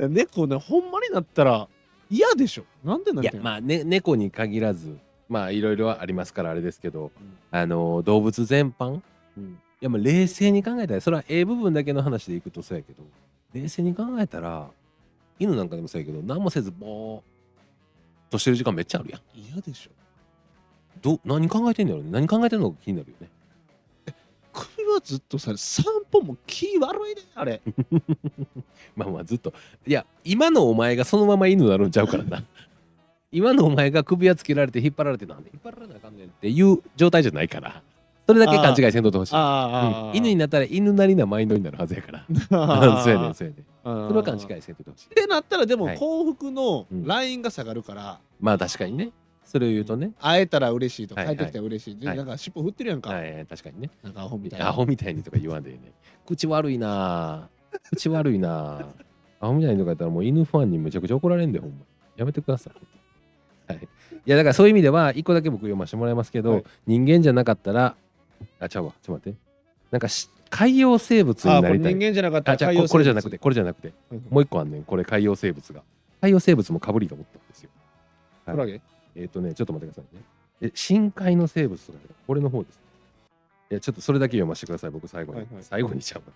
猫ねほんまになったら嫌でしょ。なんでないん
や
てんの
まあ、ね、猫に限らずまあいろいろはありますからあれですけど、あの動物全般
うん
いやまあ冷静に考えたらそれは A 部分だけの話でいくとそうやけど冷静に考えたら犬なんかでもそうやけど何もせずぼーっとしてる時間めっちゃあるやん
嫌でしょ。
ど何考えてんだろうね何考えてんのか気になるよね
首はずっとさ散歩も気悪いねあれ。
まあまあずっといや今のお前がそのまま犬になるんちゃうからな [laughs] 今のお前が首輪つけられて引っ張られてなんで引っ張られなあかんねんっていう状態じゃないからそれだけ勘違いせんとってほしい、
あ
うん犬に
な
なったら犬なりなマインドになるはずやから [laughs] そうやねんそうやねんそれは勘違い
っ
せんとってほしい
てなったらでも
はい
幸福の
うん
ラインが下がるから、
まあ確かにねそれを言うとね
会えたら嬉しいと
は
か
い
帰
は
っ
い
てきたら嬉しい、で
はい
なんか尻尾振ってるやんか、
はい確かにね
なんかアホみたいな
アホみたいにとか言わんでええね口悪いなあ口悪いなあ [laughs] アホみたいにとかやったらもう犬ファンにむちゃくちゃ怒られんでほんまやめてください、はい、いやだからそういう意味では一個だけ僕読ませてもらいますけど、
はい
人間じゃなかったらあちゃうわちょっと待ってなんかし海洋生物
あ
にな
これ
りた
人
い
間じゃなかった
あ
ら
じゃあ
海
こ
洋
これじゃ
生
な
物
くてこれじゃなくて
うん
もう一個あんねんこれ海洋生物が海洋生物もかぶりが持ったんですよ
クラゲ
えっ、とね、ちょっと待ってくださいね。え、深海の生物とかね、これの方です、ね。いや、ちょっとそれだけ読ませてください、僕、最後に。
はいはい
最後にちゃうな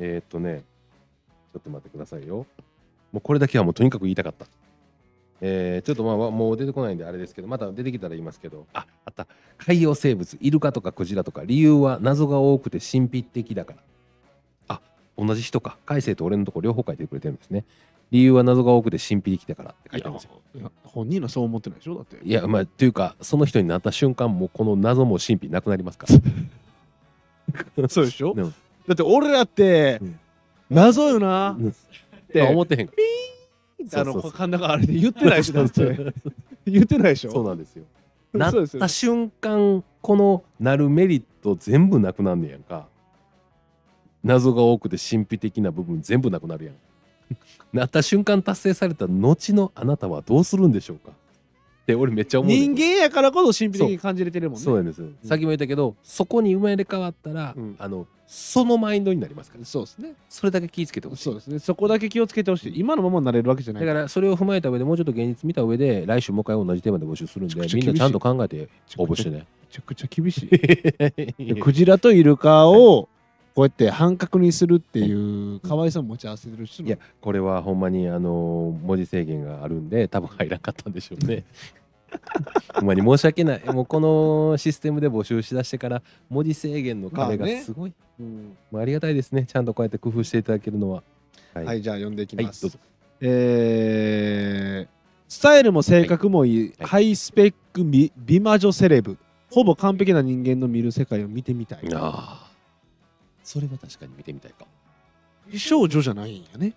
えっ、とね、ちょっと待ってくださいよ。もうこれだけはもうとにかく言いたかった。えーちょっとまあわもう出てこないんであれですけどまた出てきたら言いますけどああった海洋生物イルカとかクジラとか理由は謎が多くて神秘的だからあ同じ人か海星と俺のとこ両方書いてくれてるんですね理由は謎が多くて神秘的だからって書いてあるんですよ
いや本人はそう思ってないでしょだって
いやまあというかその人になった瞬間もうこの謎も神秘なくなりますから
そうでしょ
[laughs] で
だ
も
って俺らって、
うん
謎よな
うん
って、
思ってへんか
あ
そうそう
の
そう
神田があれで言ってな
[laughs]
いしだって [laughs] 言ってないでし
ら
ょ
そうなんですよなっ
[laughs] そうですよ
た瞬間このなるメリット全部なくなんねやんか謎が多くて神秘的な部分全部なくなるやん [laughs] なった瞬間達成された後のあなたはどうするんでしょうかって俺めっちゃ思うねん
人間やからこそ神秘的に感じれてるもんね
そうなんですよ、さっきも言ったけどそこに生まれ変わったら、
うん
あのそのマインドになりますから
そうですね
それだけ気ぃつけてほしい
そうですねそこだけ気をつけてほしい今のままになれるわけじゃない
だからそれを踏まえた上でもうちょっと現実見た上で来週もう一回同じテーマで募集するんで
めちゃくちゃ
みんなちゃんと考えて応募して
め
ね
ちゃくちゃ厳しいでクジラとイルカをこうやって半角にするっていう可愛さを持ち合わせてる人
[laughs] いやこれはほんまにあの文字制限があるんで多分入らなかったんでしょう [laughs] ねほんまに申し訳ないもうこのシステムで募集しだしてから文字制限の壁が
まあね
すごい、
うん
まあありがたいですねちゃんとこうやって工夫していただけるのはは
はいいじゃあ読んでいき
はい
ます
どうぞ
えースタイルも性格もいい、
はい
ハイスペック美美魔女セレブほぼ完璧な人間の見る世界を見てみたい
ああそれは確かに見てみたいか
美少女じゃないんやね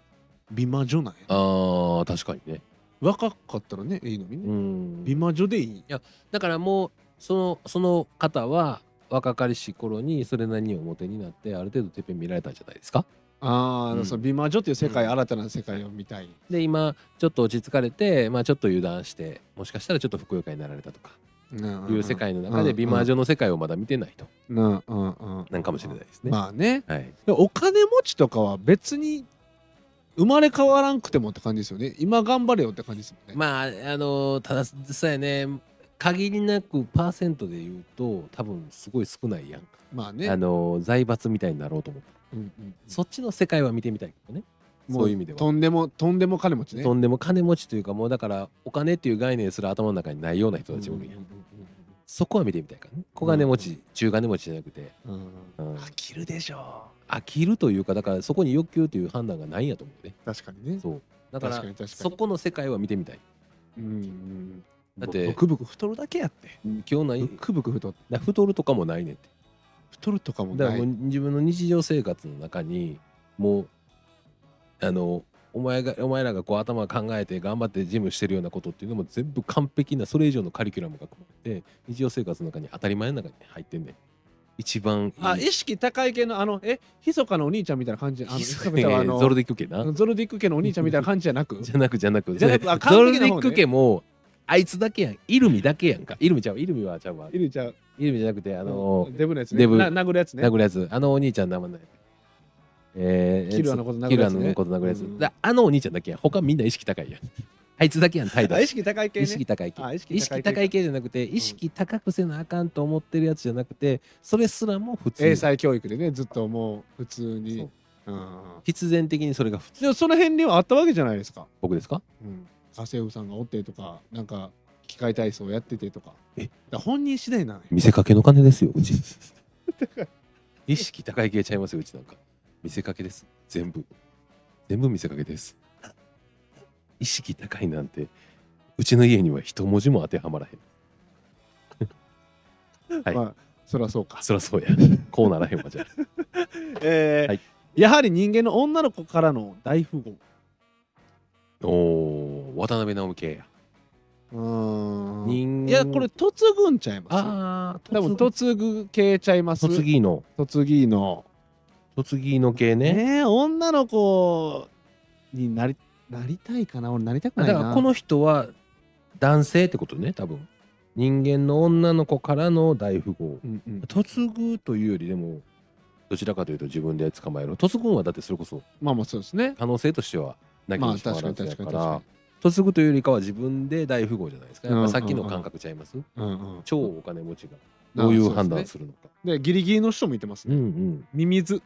美魔女なんや
ああ確かにね
若かったらねいいのにね、
うん
美魔女でいいんや
だからもうそのその方は若かりし頃にそれなりに表になってある程度てっぺん見られたんじゃないですか
ああ、
うん
その美魔女っていう世界、新たな世界を見たい
で今ちょっと落ち着かれて、まあ、ちょっと油断してもしかしたらちょっとふくよかになられたとかい
いう
世界の中で美魔女の世界をまだ見てないと
なうんうん
なんかもしれないですね。
まあね
はい、
でもお金持ちとかは別に生まれ変わらんくてもって感じですよね今頑張れよって感じですもんね、
まああのたださえね限りなくパーセントで言うと多分すごい少ないやん、
まあね
あの財閥みたいになろうと思って、
うんうん
そっちの世界は見てみたいけどね
も
そういう意味では
とんでもとんでも金持ちね
とんでも金持ちというかもうだからお金っていう概念すら頭の中にないような人
うん
た
う
ち
んう
もい
ん
るやんそこは見てみたいからね小金持ち、
うん
中金持ちじゃなくて、
うんうん
うん、
飽きるでしょ
飽きるというかだからそこに欲求という判断がないんやと思うね
確かにね
そうだから
確かに確かに
そこの世界は見てみたい
うんうん
だって
ブクブク太るだけやって
今日ない
ブクブク太
な太るとかもないねんって
太るとかも
だか
な
ら
い
もう自分の日常生活の中にもうあのお前がお前らがこう頭考えて頑張ってジムしてるようなことっていうのも全部完璧なそれ以上のカリキュラムが組まれて日常生活の中に当たり前の中に入ってんねん一番いい
あ意識高い系のあのえひそかのお兄ちゃんみたいな感じあのひそかちゃんはあ
[laughs]
の
ゾルディック家な
ゾルディック家のお兄ちゃんみたいな感じじゃな
[laughs]
く
じゃなくじゃなく
じゃなくあ
ゾ
完
ルデ
璧な
ィ
方ね
ック家もあいつだけやんイルミだけやんかイルミちゃうわイルミはちゃうわ
イルちゃん
イルミじゃなくてあ
あ
の
デブのやつね
デブ
な殴るやつね
殴るやつあのお兄ちゃんの名前ないえー
キルアのこと殴
キ
る
ルア
やつ
の
ね
こと殴るやつ、
うん
だあのお兄ちゃんだけやん他みんな意識高いやん [laughs] あいつだけやん態度
あ意識高い系ね
意識高い系
あ意識
意識高い
系
系じゃなくて意識高くせなあかんと思ってるやつじゃなくてそれすらも普通
英才教育でねずっともう普通にうん
必然的にそれが普通
でもその辺にはあったわけじゃないですか
僕ですか
家政婦さんがおってとかなんか機械体操やっててとか
え
だから本人次第なのよ
見せかけの金ですようち [laughs] 意識高い系ちゃいますようちなんか見せかけです全部全部見せかけです意識高いなんてうちの家には一文字も当てはまらへんはい
まあそりゃそうか
そりゃそうやこうならへんわじゃあ
えー
はい
やはり人間の女の子からの大富豪
おー渡辺直美系や
うん
人
いやこれ嫁ぐんちゃいます
ああ
多分嫁ぐ系ちゃいます
嫁ぎの
嫁ぎの
嫁ぎの系ね
ねえ女の子になりなりたいかな俺なりたく
だ
ないな
からこの人は男性ってことね多分人間の女の子からの大富豪
うんうん
嫁ぐというよりでもどちらかというと自分で捕まえる嫁ぐんはだってそれこそ
まあまあそうですね
可能性としてはなき
まあ
にしも
確
あ
からに
ず
確
やか
かに確
ら
か
嫁ぐというよりかは自分で大富豪じゃないですかやっ
うん
ぱさっきの感覚ちゃいます
に、うんうん
超お金持ちがどういう判断するのか
でギリギリの人もいてます
う
ね、
ん
ミミズ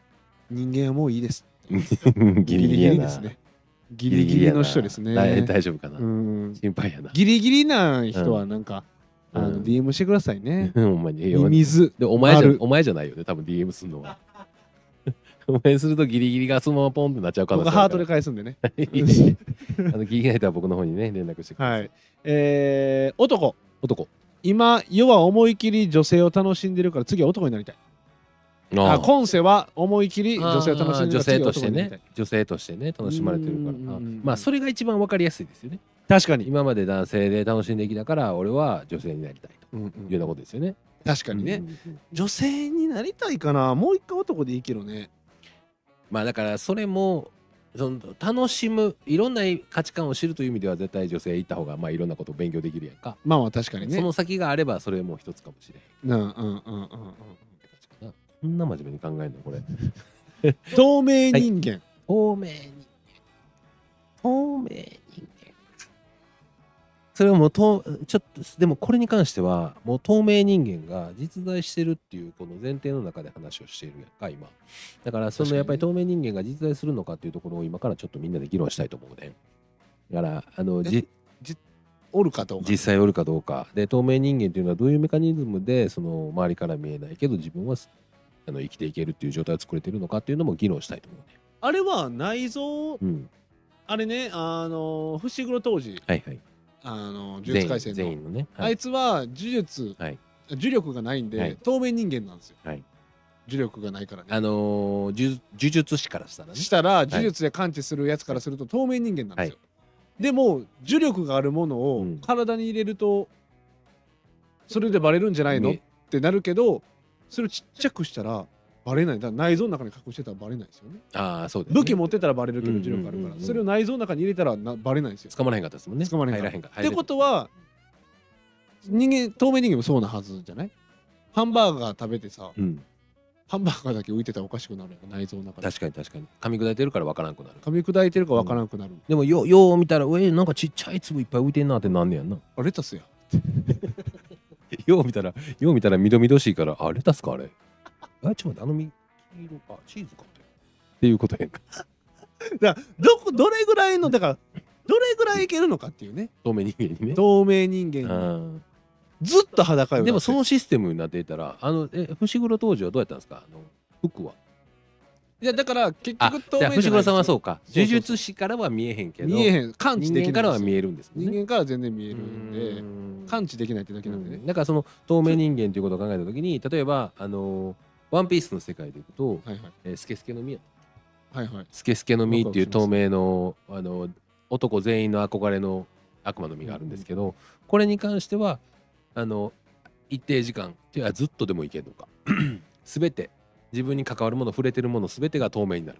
人間はもういいです
うん [laughs] ギリギリやな
ですねギリギリ
やな
の人ですね。
大大丈夫かな、
うん、
心配やな。
ギリギリな人はなんか、
うん
あ
う
の
ん
DM してくださいね。
うんほんまに。
ミミズ。
でお前じゃ
ある
お前じゃないよね多分 DM すんのは [laughs] お前するとギリギリがそのままポンってなっちゃう可能性
僕
あ
ハー
るか
ト
ら
で返すんで
[laughs]
ね。
あのギリギリないとは僕の方にね連絡してくださ、
はいい。えー、男。
男
今、世は思い切り女性を楽しんでるから次は男になりたい。あ
あ
今世は思い切り女性を楽し
女
んでるから
性
次は
とし
男
て
になりた
ね
い。
女性としてね楽しまれてるか
うんうん
ら
う
あ
ん
まあそれが一番わかりやすいですよね
確かに。
今まで男性で楽しんできたから俺は女性になりたいというようなことですよね
確かにね、女性になりたいかな。もう一回男でいいけどね。
まあだからそれもその楽しむいろんな価値観を知るという意味では絶対女性行った方がまあいろんなことを勉強できるやんか、
まあまあ確かにね。
その先があればそれも一つかもしれへん
うんうんうんうんうん。
なこんな真面目に考えるのこれ
透明人間。
透明人間透明人間それはもうとちょっとでもこれに関してはもう透明人間が実在してるっていうこの前提の中で話をしているやんか今だからそ
確かに
の
ね
やっぱり透明人間が実在するのかっていうところを今からちょっとみんなで議論したいと思うのでだからあのじ
おるかどうか。
実際おるかどうかで透明人間というのはどういうメカニズムでその周りから見えないけど自分はあの生きていけるっていう状態を作れてるのかっていうのも議論したいと思うね。
あれは内臓、
うん、
あれね、あの、伏黒当時、
はいはい。
あの、呪術廻戦
全
の
員。のね。
あいつは呪術、
はい
呪力がないんで、
はい
透明人間なんですよ。
はい
呪力がないからね。
あのー、呪呪術師からしたらね。
したら呪術で感知するやつからすると透明人間なんですよ。でも呪力があるもの
う
を
ん
体に入れると、それでバレるんじゃないの、
ね
ってなるけどそれをちっちゃくしたらバレないだから内臓の中に隠してたらバレないですよね。
ああ、そうだよね
武器持ってたらバレるけど
うん
呪力があるから、
うんうんうん
それを内臓の中に入れたらなバレないんですよ。
捕まらへんかったですもんね。
捕まらへんか
入らへんか。
っ
入れ
て
へん
ことは人間透明人間もそうなはずじゃないハンバーガー食べてさ
うん。
ハンバーガーだけ浮いてたらおかしくなるやん内臓の中で
確かに確かに。噛み砕いてるからわからんくなる。
噛み砕いてるかわからなくなる、
でもよ、よう見たら、え、なんかちっちゃい粒いっぱい浮いてんなってなんね [laughs] やんな。
あレタスや
よう見たら、よう見たらみどみどしいから、あ、レタスかあ
[laughs]
れ。あ、ちょっと待って、あのみ、黄色か、チーズかって。っていうことやんか。
[laughs] だからどこどれぐらいのだからどれぐらいいけるのかっていうね
透明人間にね。
透明人間
あ
ずっと裸
あ
よ
でもそ
だっ
のシステムになっていたら、あの、え、伏黒当時はどうやったんですかあの服は。
ていやだから結
あ
局透
じ
明
ゃあ藤黒さんはそううか
そうそう
呪術師からは見えへんけど
見えへん感知
人
できない
間からは見えるんですもん
人
ね
間から全然見えるん
う
で
ーん
感知できないってだけなんで
う
ね
んだからその透明人間ということを考えた時に例えばあのーワンピースの世界でいくと、
はいはい
えースケスケの実や
はいはい
スケスケの実っていう
ワクワ
透
ク
明のあの男全員の憧れの悪魔の実があるんですけど、これに関してはあの一定時間っていうかずっとでもいけるのか [clears throat] 全て自分に関わるもの触れてるもの全てが透明になる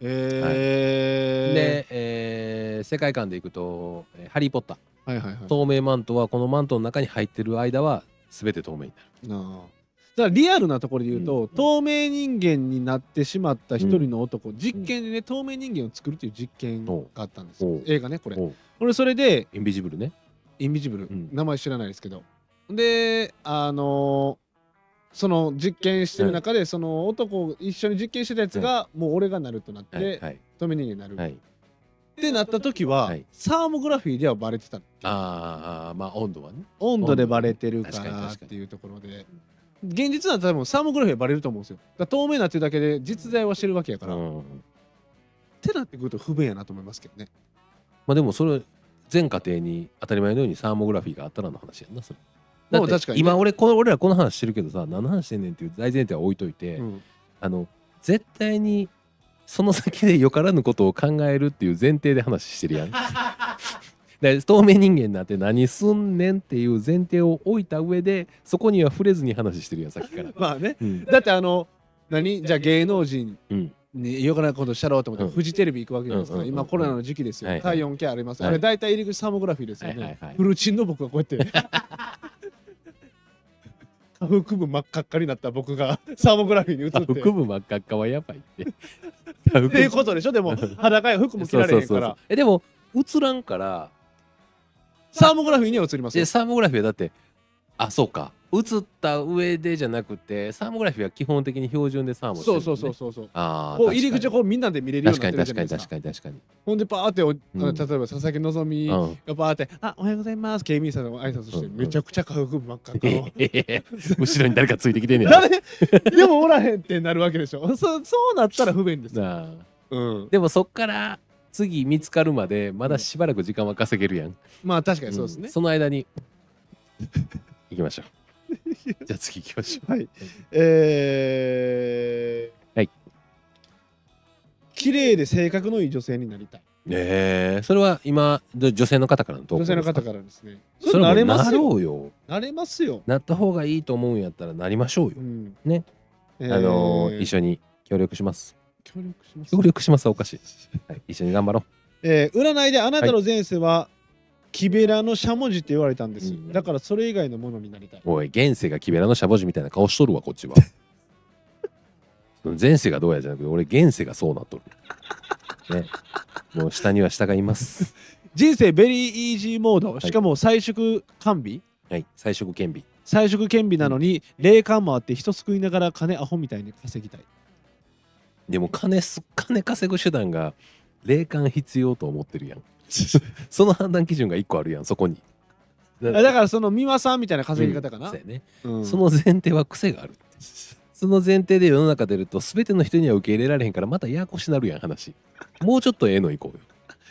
え
で、えー世界観でいくと「えーハリー・ポッター
ーはいはいは」い
透明マントはこのマントの中に入ってる間は全て透明になる。
なあだからリアルなところで言うと、透明人間になってしまった一人の男、実験でね透明人間を作るっていう実験があったんです
お
よ
う
映画ねこれ
おう
俺それで
インビジブルね。
インビジブ
う
ル、
ん
名前知らないですけどであのーその実験してる中で、その男一緒に実験してたやつが、もう俺がなるとなって、
はいはい
透明人間になる、
はい。
ってなった時は、
はい
サーモグラフィーではバレてた
あーあーまあ温度はね。
温度でバレてるか
確かに
らっ
確かに
ていうところで現実だと多分サーモグラフィーはバレると思うんですよだから透明なっていうだけで実在はしてるわけやから、
う
っ
ん
てなってくると不便やなと思いますけどね
まあでもそれ全家庭に当たり前のようにサーモグラフィーがあったらの話やんなそれ。だ
まあ
っ
確
て
かにね
今俺この俺らこの話してるけどさ何の話してんねんっていう大前提は置いといて、
うん
あの絶対にその先でよからぬことを考えるっていう前提で話してる
[laughs]
やん。で透明人間なんて何すんねんっていう前提を置いた上でそこには触れずに話してるやんさっきから。
まあね [laughs]
うん
だってあの何じゃあ芸能人
うん
によくないことしたろうと思って、
うん
フジテレビ行くわけじゃないです
う
か、
んうんうん
今コロナの時期ですよ、
はいはい
体温計あります、
はい
あれ大体入り口サーモグラフィーですよね、
はいはいはい
フルチンの僕がこうやって
[laughs]
下腹部真っ赤っかになった僕がサーモグラフィーに映っ
あ
て
腹部真っ赤っかはやばいって。
っていうことでしょ
[laughs]
でも裸や服も着
そ
ら
う
れ
そうんそうそ
へか
う
ら。
えでも映らんから
サーモグラフィーには映ります
で
よ
サーモグラフィーはだってあそうか映った上でじゃなくてサーモグラフィーは基本的に標準でサーモしてる
そ
もん
う
ね
そうそうそうそう
ああ
こう入り口を
確
こうみんなで見れるようにな
か
っ
に
てる
確
じゃ
か
ない
に
です
確かに確か
か
に
ほんでパーってお、
うん
例えば佐々木希
確かに
がパーって「あおはようございます」警備員さんの挨拶して、
うん
めちゃくちゃかっこよく真っ赤っ
[laughs]
かの
うん後ろに誰かついてきてんねんな
誰 [laughs] でもおらへんってなるわけでしょそそうなったら不便ですよ、
なあ
うん、
でもそっから次見つかるまでまだしばらく時間は稼げるやん
まあ確かにそうですね
ん、その間に行きましょ [laughs] うじゃあ次行きましょ
はいえー、
はい
綺麗で性格のいい女性になりたいう
ねえそれは今女女性の方からの投稿
女
です
性
か
の方からですね
それ
な
も
れま
な
すよ
ろうよ
なれますよ、
なった方がいいと思うんやったらなりましょうよ
う、ん、
ね、
えー
あのー一緒に協力します
協力します
協力しますはおかしい、はい、一緒に頑張ろ
えー占いであなたの前世は、木べらのしゃもじって言われたんです、
うん
だからそれ以外のものになりたいう
おい現世が木べらのしゃぼじみたいな顔しとるわこっ
[laughs]
ちはその前世がどうやじゃなくて俺現世がそうなっとるねもう下には下がい
[laughs]
ます
人生ベリーイージーモード、
い
しかも菜食完備
はい菜食兼備
菜食兼備なのに、霊感もあって人救いながら金アホみたいに稼ぎたい
でも金す金稼ぐ手段が霊感必要と思ってるや
[laughs]
んその判断基準が一個あるやんそこにだ
あだからその三輪さんみたいな稼ぎ方か
うん
な
そう、やね
うん
その前提は癖
[laughs]
がある。その前提で世の中出ると全ての人には受け入れられへんからまたややこしなるやん話。もうちょっとええのいこうよ。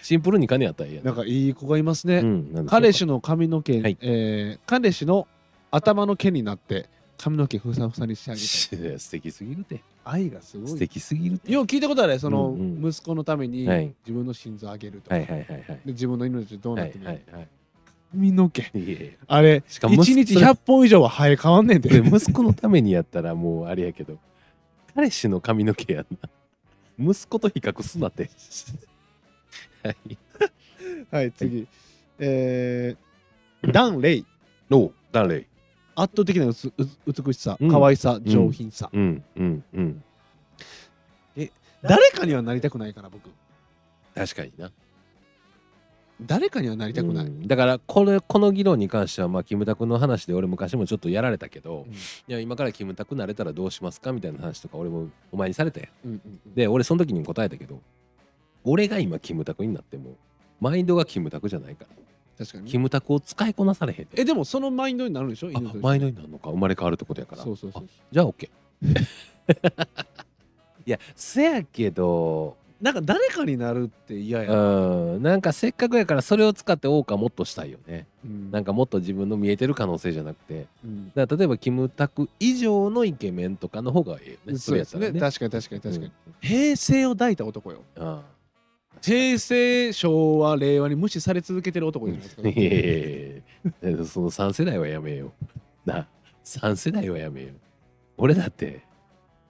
シンプルに金あったらええやん。
なんかいい子がいますね、
うん、なんでしょうか
彼氏の髪の毛、
はい
えー彼氏の頭の毛になって髪の毛ふさふさにしてあげたい [laughs]
いや素敵すぎるて。
愛がすご
素
い
敵すぎるて。
よう聞いたことあるねその、
うんう
息子のために
はい
自分の心臓あげるとか、
はいはいはいはい。
で自分の命どう
は
ないってもいい、
はいはい。
髪の毛
いやいや
あれ
しかも
一日100本以上は生え変わんねんて
それ息子のためにやったらもうあれやけど、彼氏の髪の毛やんな。息子と比較すな
[laughs]
って。はい。
[laughs] はい次、えー、ダン・レイ
おう、誰
圧倒的なうつう美しさ、
うん
可愛さ上品さ、
うんうんうん。
誰かにはなりたくないから僕
確かにな。
誰かにはなりたくない、
うんだからこれこの議論に関してはまあキムタクの話で俺昔もちょっとやられたけど、
うん
いや今からキムタクなれたらどうしますかみたいな話とか俺もお前にされて
うんうんうん
で俺その時にも答えたけど俺が今キムタクになってもマインドがキムタクじゃないから、
確かに
キムタクを使いこなされへんで
えでもそのマインドになるんでしょ
あ
犬と一緒
マインドになるのか生まれ変わるってことやから
そうそうそう
あじゃあ
[laughs]
OK いやせやけど
なんか誰かになるって嫌や、
うんなんかせっかくやからそれを使って謳歌もっとしたいよね
うん
なんかもっと自分の見えてる可能性じゃなくて
うん
だから例えばキムタク以上のイケメンとかの方がいいよね。
そうですね
れやっ
確かに確かに
たら
確かに、、平成を抱いた男よ
うんあ
平成昭和令和に無視され続けてる男じゃないですか
あいやいやいやいやその3世代はやめよう。な3世代はやめよう。俺だって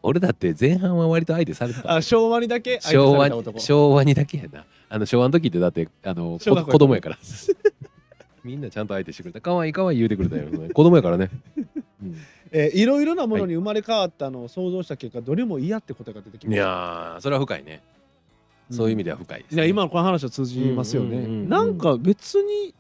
俺だって前半は割と相手されてた。
あ昭和にだけ愛
昭
さ
和
れた
に
男
昭和にだけやな。あの昭和の時ってだってあの
小
こ
学校
子供やから。 [laughs] みんなちゃんと相手してくれた。かわいいかわいい言うてくれたよ。子供やからね。うん
えーいろいろなものに生まれ変わったのを想像した結果、どれも嫌って答えが出てきま
い
す
やーそれは深いね。そういう意味では深いです、
い
ね
や今のこの話は通じますよね、
うんうんうんうん
なんか別に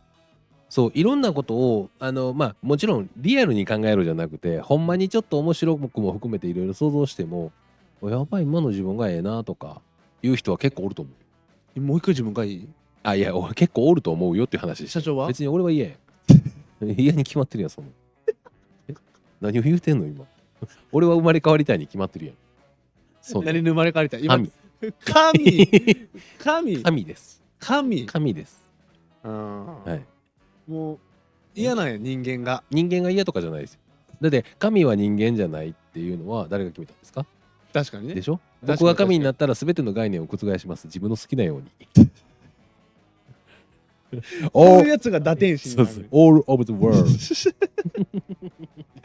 そういろんなことをあのまあもちろんリアルに考えるじゃなくてほんまにちょっと面白くも含めていろいろ想像してもおやばい今の自分がええなとかいう人は結構おると思う
もう一回自分がいい
あいや俺結構おると思うよっていう話でし
社長
た
は
別に俺は
[laughs]
嫌や嫌に決まってるやんそんなんえ何を言うてんの今 [laughs] 俺は生まれ変わりたいに決まってるやんそう
何に生まれ変わりたい今
神 [laughs]
神神
神です
神
神です、
うん
はい、
もう嫌なんや人間が
人間が嫌とかじゃないですよだって神は人間じゃないっていうのは誰が決めたんですか
確かに
で
ね
しょ
確かに
僕が神になったら全ての概念を覆します自分の好きなように
[laughs] こういう
All-
やつが打天使に
そ
な
う
る
そう All of the world
[laughs]
は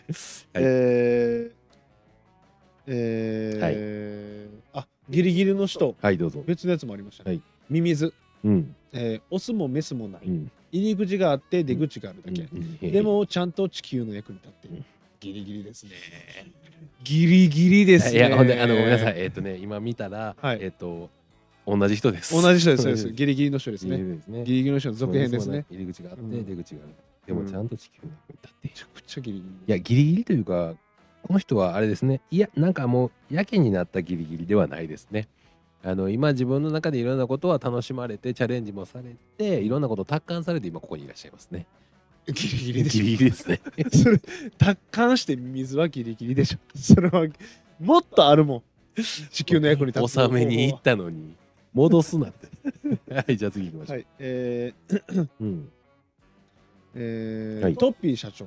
い
えーえーあギリギリの人
はいどうぞ
別のやつもありましたね、
はい
ミミズ、
うん
えーオスもメスもない、
うん
入り口があって出口があるだけ、
うん
でもちゃんと地球の役に立っている
うん
ギリギリですねギリギリです
い
ね
やほんであのごめんなさい
い
えっとね今見たら
はい
えっと同じ人です
同じ人ですそうで
同
す
じ
ギリギリの人です
人
ね
ですね
ギリギリの人の続編ですね
入り口があって
うん
出口があるでもちゃんと地球に立っている
めちゃくちゃギリギ
いやギリギリというかこの人はあれですねいやなんかもうやけになったギリギリではないですねあの今自分の中でいろんなことは楽しまれてチャレンジもされていろんなことを達観されて今ここにいらっしゃいますね
リギリギ
ギ
リでしょ
リギリです [laughs] ね
[laughs] それ達観して水はギリギリでしょそれはもっとある [laughs] もん地球の役に立つ
納めに行ったのに戻すなって [laughs] はいじゃあ次行きましょう、
はいえー
うん
えー
はい
トッピー社長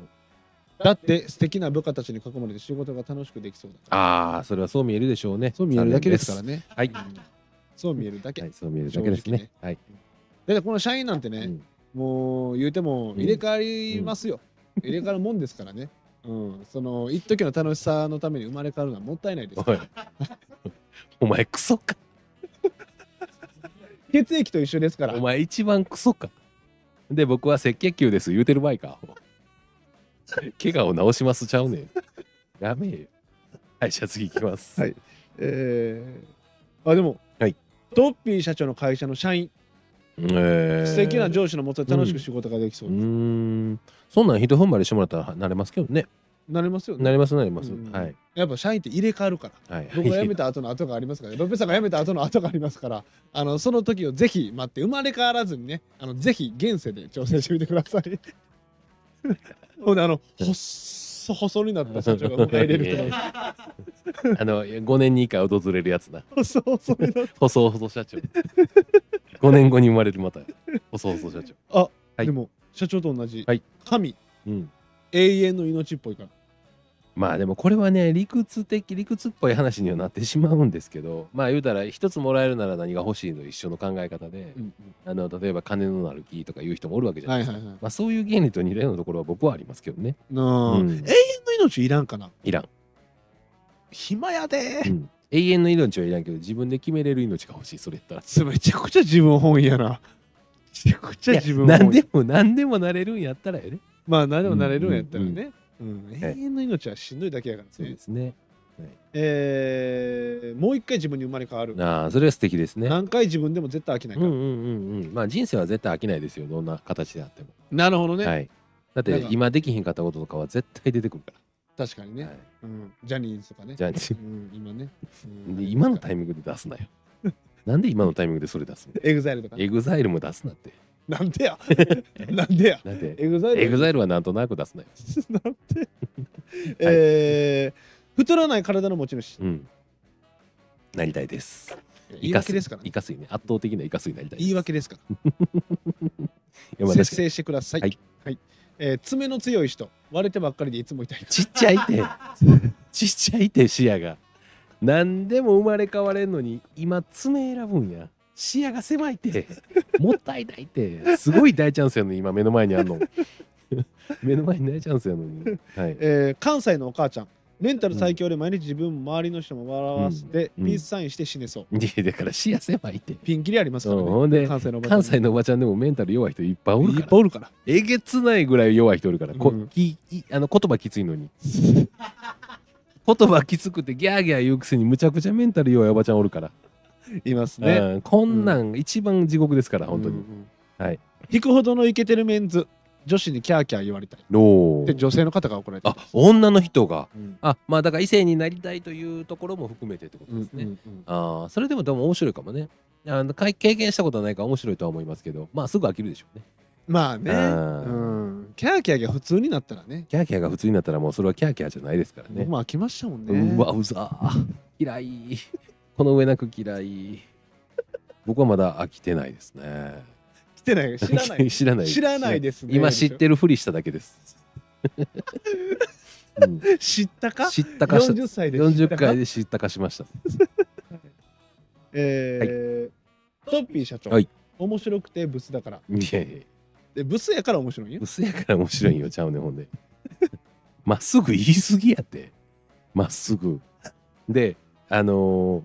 だって素敵な部下たちに囲まれて仕事が楽しくできそうだから
ああそれはそう見えるでしょうね
そう見えるだけですからね
はい、
そう見えるだけ、
はい、そう見えるだけですね
正
はい、
だってこの社員なんてね、
うん
もう言うても入れ替わりますよ、入れ替わるもんですからねうんその一時の楽しさのために生まれ変わるのはもったいないです
おい [laughs] お前クソか
血液と一緒ですから
お前一番クソか。で、僕は赤血球です。言うてる場合か。ア [laughs] ホ怪我を治しますちゃうねん。やめえよ。はい、じゃあ次行きます。
はいえーあでも、
はい
トッピー社長の会社の社員、
えー
素敵な上司のもとで楽しく仕事ができそううです、
ーん。そんなん一踏ん張りしてもらったらなれますけどね。
なれますよ
な
ね
りますなります。
うん
はい。
やっぱ社員って入れ替わるから
はい。
僕が辞めた後の後がありますからねロペさんが辞めた後の後がありますからあのその時をぜひ待って生まれ変わらずにねあのぜひ現世で挑戦してみてくださ
[laughs]
いほんであの細細になった社長が迎え入れるとか
[laughs] あの5年に1回訪れるやつ [laughs] な。
細細になっ
細々社長。5年後に生まれるまた。細々社長。は
た
い
でも社長と同じ、
はい
神
うん。
永遠の命っぽいから
まあでもこれはね理屈的理屈っぽい話にはなってしまうんですけどまあ言うたら一つもらえるなら何が欲しいの一緒の考え方で、
うん
あの例えば金のなる木とか言う人もおるわけじゃな
はいい
です
は
か、
いはい
まあ、そういう原理と似たようなところは僕はありますけどね
なあ、
うん
永遠の命いらんかない
らん、
暇やで
う
ー
ん永遠の命はいらんけど自分で決めれる命が欲しいそれやったら
それめちゃくちゃ自分本位やなめちゃくちゃ自分
いや
本
何
位
でも何でもなれるんやったらやね
まあ何でもなれるんやったらね、うん永
はい
遠の命はしんどいだけやからね、
そうですね
えーもう一回自分に生まれ変わる、
ああそれは素敵ですね
何回自分でも絶対飽きない
うん
か
う
ら、
んうんうんまあ人生は絶対飽きないですよどんな形であっても、
なるほどね、
はいだっ
なん
て
か
今できひんかったこととかは絶対出てくるか
確かに
ら、
ね、
はい、
うん、ジャニーズとかね
じゃあ
うん、今ね、
で [laughs] 今のタイミングで出すなよ。なんで今のタイミングでそれ出す
[laughs]
の
エグザイルとかね
エグザイルも出すなって。
なん
[laughs]
でやなんでや
だって、
[laughs] エグザイル
エグザイルはなんとなく出すなよ。
なん
[laughs]
で、えー太らない体の持ち主
うん。なりたいです。
言い訳ですから、
イ
ね、
カ水ね。圧倒的なイカ水になりたいです。
言い訳ですから
いやまあ確
節
かに
制してください、
は
はいいえー爪の強い人割れてばっかりでいつも痛い
ちっちゃいて、ちっちゃいて視野が。何でも生まれ変われんのに、今爪選ぶんや。視野が狭い
[laughs]
て、もったいないて、すごい大チャンスやのに、今目の前にあんの。
[laughs]
目の前に大チャンスやのに。はい。
[laughs] えー関西のお母ちゃんメンタル最強で毎日自分も周りの人も笑わせて、
うん
ピースサインして死ねそう、
いやだから視野狭いって。
ピンキリありますから
うんほん
ね
で
関西のおばちゃん
関西のおばちゃんでもメンタル弱い人いっぱいおる
い
か
っ
ら
ぱいおるから
えげつないぐらい弱い人おるから、こ
うん
きいあの言葉きついのに [laughs] 言葉きつくてギャーギャー言うくせにむちゃくちゃメンタル弱いおばちゃんおるから、
いますね、
うんこんなん一番地獄ですから本当に、
うんうん
はい
引くほどのイケてるメンズ女子にキャーキャー言われたい
お
で
ー
女性の方が怒られた
あ女の人が
うん
あまあだから異性になりたいというところも含めてってこと
うん
ですね、
うんうん
ああそれでもでも面白いかもねあのかい経験したことはないから面白いとは思いますけどまあすぐ飽きるでしょうね
まあね
あー
うんキャーキャーが普通になったらね
キャーキャーが普通になったらもうそれはキャーキャーじゃないですからね
僕も飽きましたもんね
うわうざー嫌いこの上なく嫌い僕はまだ飽きてないですね
来てない知らな
[laughs]
い
知らない
知らないですね
今知ってるふりしただけ
[laughs]
です、うん
知ったか
知ったかした
40歳で知った
40
か
回で知ったかしました
えートッピー社長、
はい
面白くてブスだから
いやいや
でブスやから面白いんよ
薄やから面白いんよちゃうねほんでまっすぐ言い過ぎやってまっすぐであの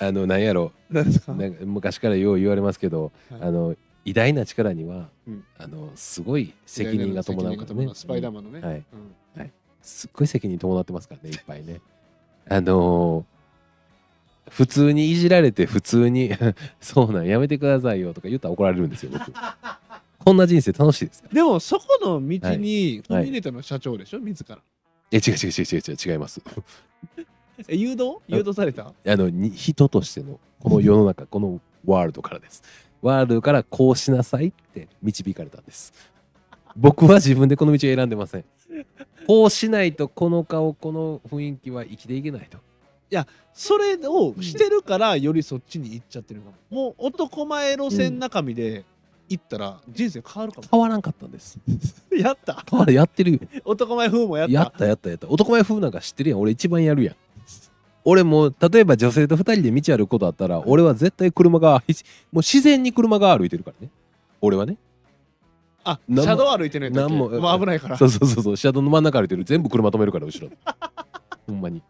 ー、あのなんやろ
何です [laughs] か
なんか昔からよう言われますけど、
はい
あの偉大な力には、
うん
あのすごい責任が伴うから
責任が
ね
伴。スパイダーマンのね、
うんはい、
うん
すっごい責任伴ってますからね、いっぱいね。あのー普通に [laughs] いじられて普通にそうなんやめてくださいよとか言ったら怒られるんですよ僕こんな人生楽しいですか
でもそこの道
は
にコ
はい
ミュニティの社長でしょ自ら
え違う違う違う違う違う違います
え誘導誘導された
あのに人としてのこの世の中このワールドからですワールドからこうしなさいって導かれたんです僕は自分でこの道を選んでませんこうしないとこの顔この雰囲気は生きていけないと
それをしてるからよりそっちに行っちゃってるかも、もう男前路線中身で行ったら人生変わるかも、
変わらんかったんです
やった
変わ [laughs] らやってるよ
[laughs] 男前風もやった
やったやったやった男前風なんか知ってるやん俺一番やるやん俺もう例えば女性と二人で道歩くことあったら俺は絶対車がひもう自然に車が歩いてるからね俺はね
あ
なんも
車道歩いてないんだっけ
なんも
もう危ないから
[laughs] そうそうそうそう車道の真ん中歩いてる全部車止めるから後
[laughs]
ろほんまに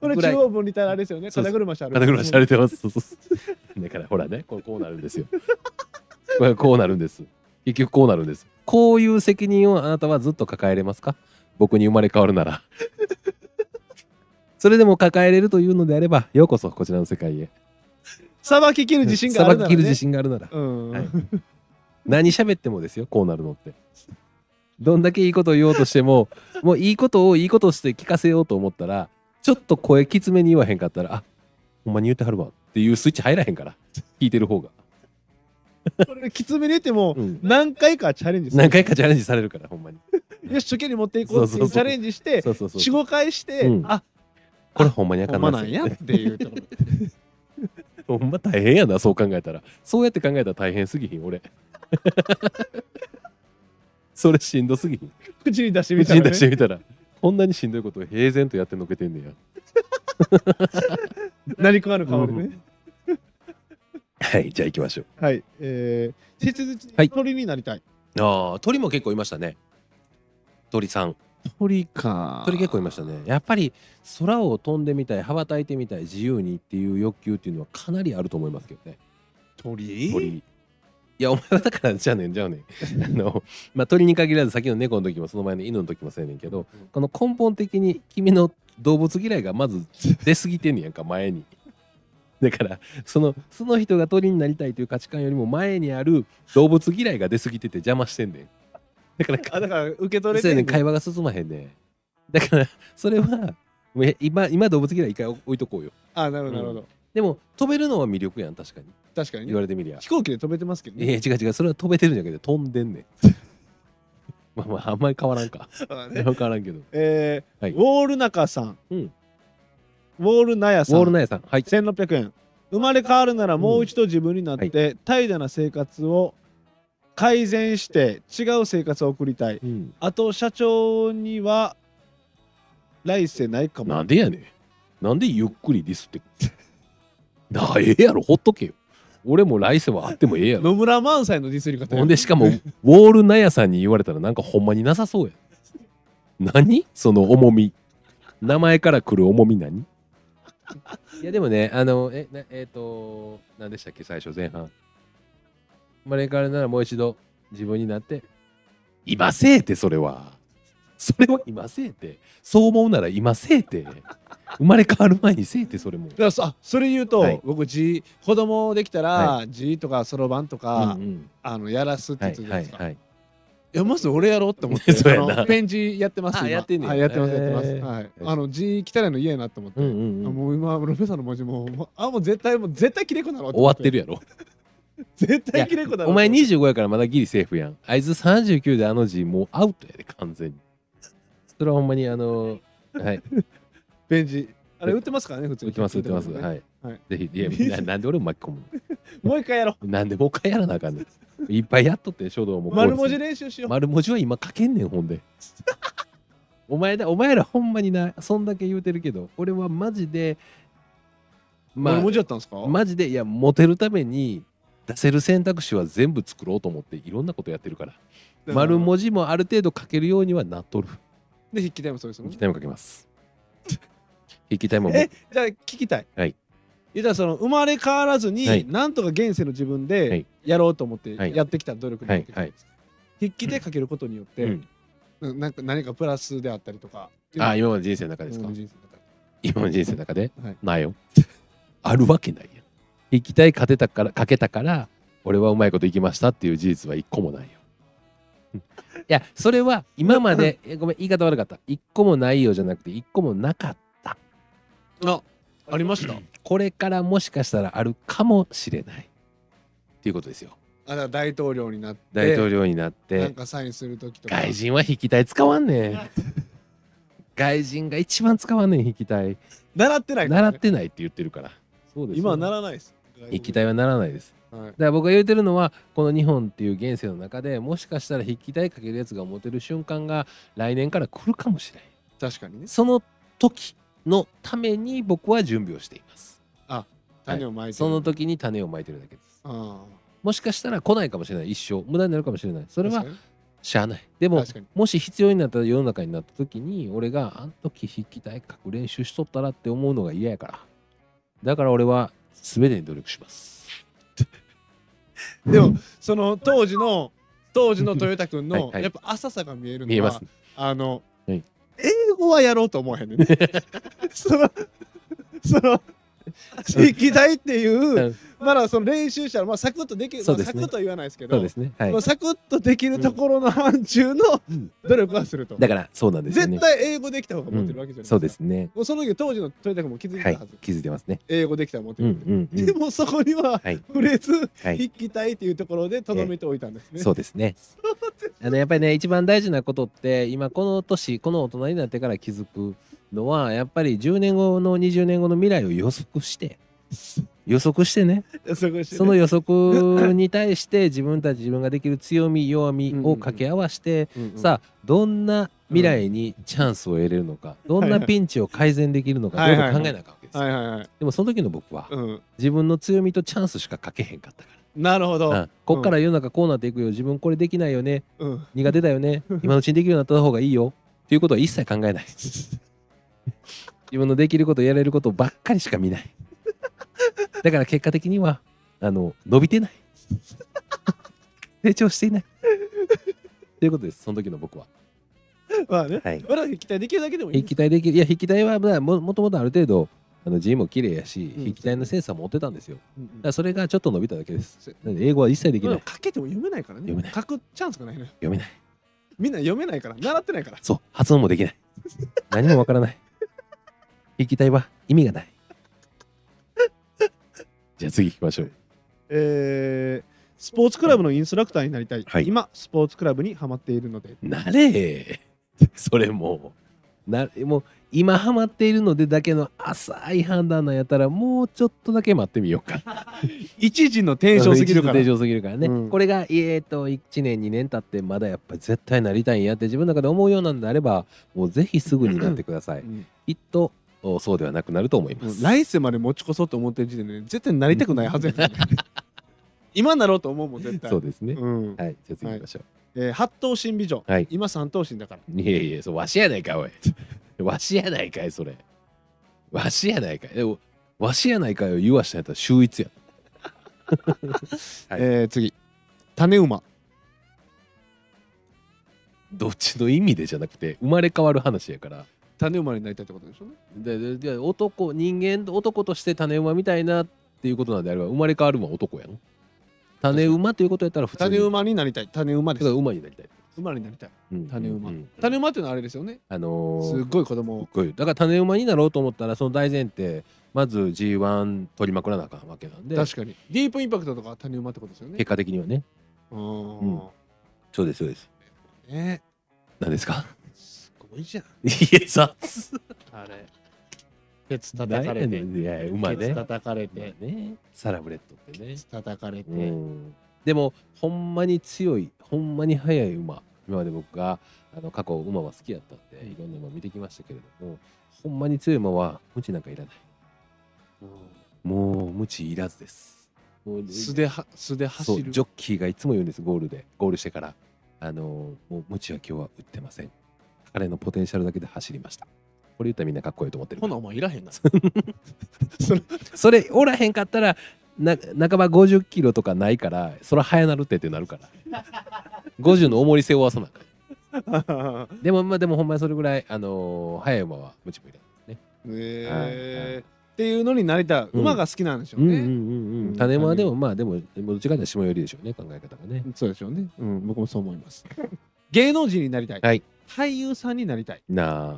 これ
ぐらい
中央分離帯のあれですよね
そうそ
肩
う
車車
肩車しゃれてますそうそう [laughs] そうだからほらねこれこうなるんですよこれこうなるんです結局こうなるんですこういう責任をあなたはずっと抱えれますか僕に生まれ変わるな
[laughs]
らそれでも抱えれるというのであればようこそこちらの世界へ
さばききる自信があるな
さば
ら、ね、
ききる自信があるなら、
うん、
はい何喋ってもですよこうなるのってどんだけいいことを言おうとしても [laughs] もういいことをいいことをして聞かせようと思ったらちょっと声きつめに言わへんかったらあほんまに言ってはるわっていうスイッチ入らへんから聞いてる方が、
これきつめに言っても
うん
何回かチャレンジする
何回かチャレンジされるからほんまに
よし初見に持っていこうって
そうそう
いう
そう
チャレンジして
そうそうそう
45回して、
うん
あ
これほんまにあ
ほ
か
ん
ん
ま
な
なんやっていうとこ
[laughs]
ろ
ほんま大変やなそう考えたらそうやって考えたら大変すぎひん俺 [laughs] それしんどすぎひん
口に出してみ
口
た
に
ら、ね
出し、てみたらこんなにしんどいことを平然とやってのけてんねや
何食わぬ顔でね、
はいじゃあ行きましょう
はいえー、引き続
は
き
い
鳥になりたい、
ああ鳥も結構いましたね鳥さん
鳥か
鳥結構いましたねやっぱり空を飛んでみたい羽ばたいてみたい自由にっていう欲求っていうのはかなりあると思いますけどね
鳥
鳥いやお前はだからじゃあねんじゃあね [laughs] んあの、まあ、鳥に限らずさっきの猫の時もその前の犬の時もそうやねんけどこの根本的に君の動物嫌いがまず出過ぎてんねやんか前に。 [laughs] だからそのその人が鳥になりたいという価値観よりも前にある動物嫌いが出過ぎてて邪魔してんねん。だから
あだから受け取
[laughs]
れ
そう
て
や
ん
ね
ね
ん会話が進まへんねだからそれはもうえ今今動物嫌い一回置いとこうよ
あなるほどなるほど、
でも飛べるのは魅力やん確かに
確かに
言
ね
われてみりゃ
飛行機で飛べてますけど
いや
ね
違う違うそれは飛べてるんじゃなくて飛んでん [laughs] ねんまあまああんまり変わらん [laughs] か
あね
変わらんけど
えー
はい
ウォール中さん、
うん
ウォールナヤ
ウ
さん
ォールナイさんはい
1600円生まれ変わるならもう一度自分になって、怠惰な生活を改善して違う生活を送りたい
うん
あと社長には来世ないかも
なんでやねんなんでゆっくりディスってくる [laughs] なあええやろほっとけよ俺も来世はあってもええやろ
野村萬斎のディスり方や
ほんでしかもウォールナヤさんに言われたらなんかほんまになさそうや。何その重み。名前から来る重み何いやでもね、あの、え、なえっ、と、何でしたっけ、最初前半。生まれ変わるならもう一度自分になって、今せえってそれは。それは今せえって。そう思うなら今せえって。生まれ変わる前にせえってそれも。
だからそ [laughs] あそれ言うと、
はい
僕じ子供できたら、
は
じとかそろばん
う
と
ん
か、
うん
あのやらすって
は
言っ
い
てたじゃな
はいい
ですか、
はい。
いやまず俺やろうって思っ
[laughs]
て
そうやな
あのペン字やってま
あ
す今
やってんねん
はいやってますやってます、
へー
はい、あの字汚いの嫌やなって思って、
うんうんうん
もう今ロペさんの文字もうもうあもう絶対もう絶対切れ子なろ
終わって
る
るやろ。
絶対切れ子だろ
お前25やからまだギリセーフやん。あいつ39であの字もうアウトやで、完全に。それはほんまにあのはい、
ペン字あれ売ってますからね普通
打ってます、打ってます。はい。
[laughs] はい
ぜひ、いや
[laughs]
な、なんで俺も巻き込む
もう一回やろ
のなんでもう一回やらなあかんねん。いっぱいやっとってん、書道
う
も。
丸文字練習しよう
丸文字は今書けんねん、ほんで。お前だ、お前らほんまにな、そんだけ言うてるけど、俺はマジで、ま
丸文
あ、
字やったんですか
マジで、いや、モテるために、出せる選択肢は全部作ろうと思って、いろんなことやってるから。丸文字もある程度書けるようにはなっとる。
字で筆記体もそうですもん
筆記
ね
タイムかけます。筆記タイムも
えじゃあ聞きたい
はい
言ったらその生まれ変わらずに、
はい
なんとか現世の自分
は
で
い
やろうと思って
はい
やってきた努力になってきたんです筆記で書けることによって、
うん
ななんか何かプラスであったりとか
あ今まで人生の中ですか
自分の。人生の中で
今まで人生の中で、
はい
ないよ。あるわけないやん。筆記タイム勝てたから、かけたから、俺はうまいこといきましたっていう事実は一個もないよ。やそれは今ま
[laughs]
でえごめん言い方悪かった一個もないよじゃなくて一個もなかった
あありましたあ
これからもしかしたらあるかもしれないっていうことですよ
だから大統領になって
大統領になって、
なんかサインする時とか
外人は引き体使わんねん外人が一番使わんねん引き体
習ってないから
習
ね、
ってないって言ってるからそうです
今は
な
ならないです
引き体はならないです
はい
だから僕が言うてるのはこの日本っていう現世の中でもしかしたら筆記体かけるやつが持てる瞬間が来年から来るかもしれない
確かにね
その時のために僕は準備をしています
種をまいてる
その時に種をまいてるだけです
あ
もしかしたら来ないかもしれない一生無駄になるかもしれないそ
そ
れはしゃあないでも
確かに
もし必要になった世の中になった時に俺があの時筆記体書く練習しとったらって思うのが嫌やからだから俺は全てに努力します
でもその当時の当時の豊田君の
はいはい
やっぱ浅さが見えるのは
見えます
あの、
はい
英語はやろうと思わへんねん
[laughs]
ねそのその筆記体っていうまだその練習したらまあサクッとできる、
そう
ま
で
あ
す
サ
ね
クッとは言わないですけど
そうですねはい
まあ、サクッとできるところの範疇の
うん
努力はすると、
だからそうなんですよね
絶対英語できた方が持ってるわけじゃないですか、
そうですね
もうその時当時の豊田君も気づい
は
て
い
たはず、
気づいてますね
英語できたら持って
うん
る、
うんうん
でもそこには
はい
触れず、
はい
筆記体っていうところでとどめておいたんですね。
そうですね。あのやっぱりね一番大事なことって今この年この大人になってから気づくのはやっぱり10年後の20年後の未来を予測 [laughs] して予測してね
そこしてね
その予測に対して自分たち自分ができる強み弱みを掛け合わせて
うんうん
さあどんな未来にチャンスを得れるのかどんなピンチを改善できるのか
は
ど
いうはい
考えなあかんわけですよ
はいはいはい。
でもその時の僕は
うん、
自分の強みとチャンスしかかけへんかったから。
なるほど。
うんこっから世の中こうなっていくよ自分これできないよね
うん、
苦手だよ
[laughs]
ね今のうちにできるようになった方がいいよっていうことは一切考えない自分のできることやれることばっかりしか見ないだから結果的にはあの伸びてない成長していないということですその時の僕は
まあね。
はい
まだ筆記体できるだけでもいい
筆記
んです。
体できるいや筆記体はまあももともとある程度あの字も綺麗やし、
うん
筆記体のセンサーも持ってたんですよだ
うん
からそれがちょっと伸びただけです
そう
なので英語は一切でき
ま
な
あ
い
書けても読めないからね。
読めない
書くチャンスがないのよ。
読めない
みんな読めないから、習ってないから。
そう発音もできない何もわからない筆記体は意味がないじゃあ次行きましょう
えースポーツクラブのインストラクターになりたい、
はい
今スポーツクラブにハマっているので
なれそれもうなもう今ハマっているのでだけの浅い判断なんやったらもうちょっとだけ待ってみようか
一時の [laughs] テンションすぎるから
定常すぎるからね、
うん
これがえーと1年2年経ってまだやっぱり絶対なりたいんやって自分の中で思うようなんであればもうぜひすぐになってください
うん
きっとおそうではなくなると思いま
もう
す
来世まで持ち越そうと思ってる時点で、ね、絶対なりたくないはずやね、 [laughs] 今なろうと思うもん絶対
そうですね、
うん
はいじゃあ次行きましょう、
えー八頭身美女、
はい
今三頭身だから
[laughs] いやいや、そうわしやないか、おい。 [laughs] わしやないかい、それ。わしやないかい。でもわしやないかいを言わしたんやったら秀逸やん。はい
えー次種馬
どっちの意味でじゃなくて、生まれ変わる話やから。
種馬になりたいってことでしょうね
ででで男、人間、男として種馬みたいなっていうことなんであれば、生まれ変わるのは男やん。種馬ということやったら普通に。
種馬になりたい種馬で
だ
す
から馬になりたい。
馬になりたい
うん
種馬、
うんうん
種馬っていうのはあれですよね
あの
す
ー
っごい子供を
こういうだから種馬になろうと思ったらその大前提まず G1 取りまくらなあかんわけなんで
確かにディープインパクトとかは種馬ってことですよね
結果的にはね
うん、
うんそうですそうです
ね
何ですか [laughs]
すごいじゃん。
いや雑
あれ。ケツ
何やねんいや馬ね
叩かれ
馬。ねサラブレッドってね、
叩かれ
うんでもほんまに強いほんまに速い馬今まで僕があの過去馬は好きやったんでいろんな馬見てきましたけれどもほんまに強い馬は無知なんかいらないもう無知いらずですもう
素では素で
そう
走る。
ジョッキーがいつも言うんですゴールでゴールしてからあのーもう無知は今日は打ってません彼のポテンシャルだけで走りましたこれ言ったらみんなかっこいいと思ってる
ほなお前いらへん [laughs] な。それ
それおらへんかったらな半ば50キロとかないからそら早なるってってなるから50の重り背負わさなあかんでもまあでもほんまにそれぐらいあのー速い馬は無知もいらない
ええ。っていうのになりたい
うん
馬が好きなんでしょ
う
うん
うん
ね、
うんうん。種馬はでもまあでもどっちかには下寄りでしょうね考え方がね。
そうでしょうね、うん、僕もそう思います [laughs] 芸能人になりたい、
はい
俳優さんになりたい
なあ。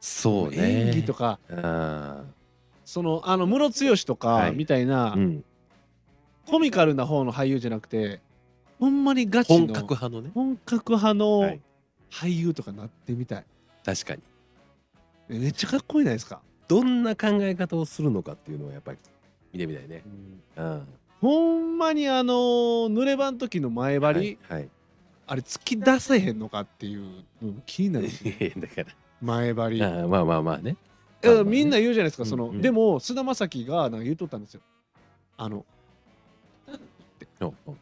そうね。
演技とか
あ
そのあのムロツヨシと
は
か
い
みたい
あ。
な、
うん。
コミカルな方の俳優じゃなくてほんまにガチの
本格派のね。
本格派
は
の
い
俳優とかなってみたい、
確かに。
えめっちゃかっこいいないですか、
どんな考え方をするのかっていうのはやっぱり見てみたいね。うん。
ほんまにあの濡れ場の時の前張り、
はい。はい
あれ突き出せへんのかっていうの気に
[laughs]
なるんですよ
だか
前張り
ら。ああまあまあまあね。
いやみんな言うじゃないですか、その、
うんうん
でも菅田将暉がなんか言うとったんですよあの
うんうんうん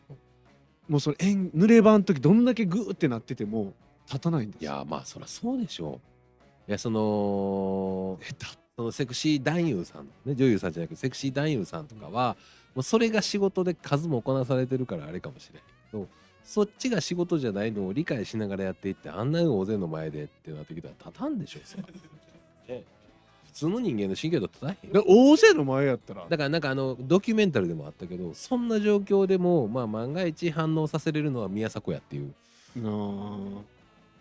もうそれ縁濡れ場の時どんだけグーってなってても立たないんです
い
よ
やまあそりゃそうでしょう。いやその
えだ
そのセクシー男優さん、ね、女優さんじゃなくてセクシー男優さんとかは、もうそれが仕事で数もこなされてるからあれかもしれんけどそっちが仕事じゃないのを理解しながらやっていってあんなに大勢の前でってなってきたら立たんでしょそらね普通の人間の神経と立たへんよ
だ大勢の前やったら
だからなんかあのドキュメンタルでもあったけどそんな状況でもまあ万が一反応させれるのは宮迫やっていう
なあ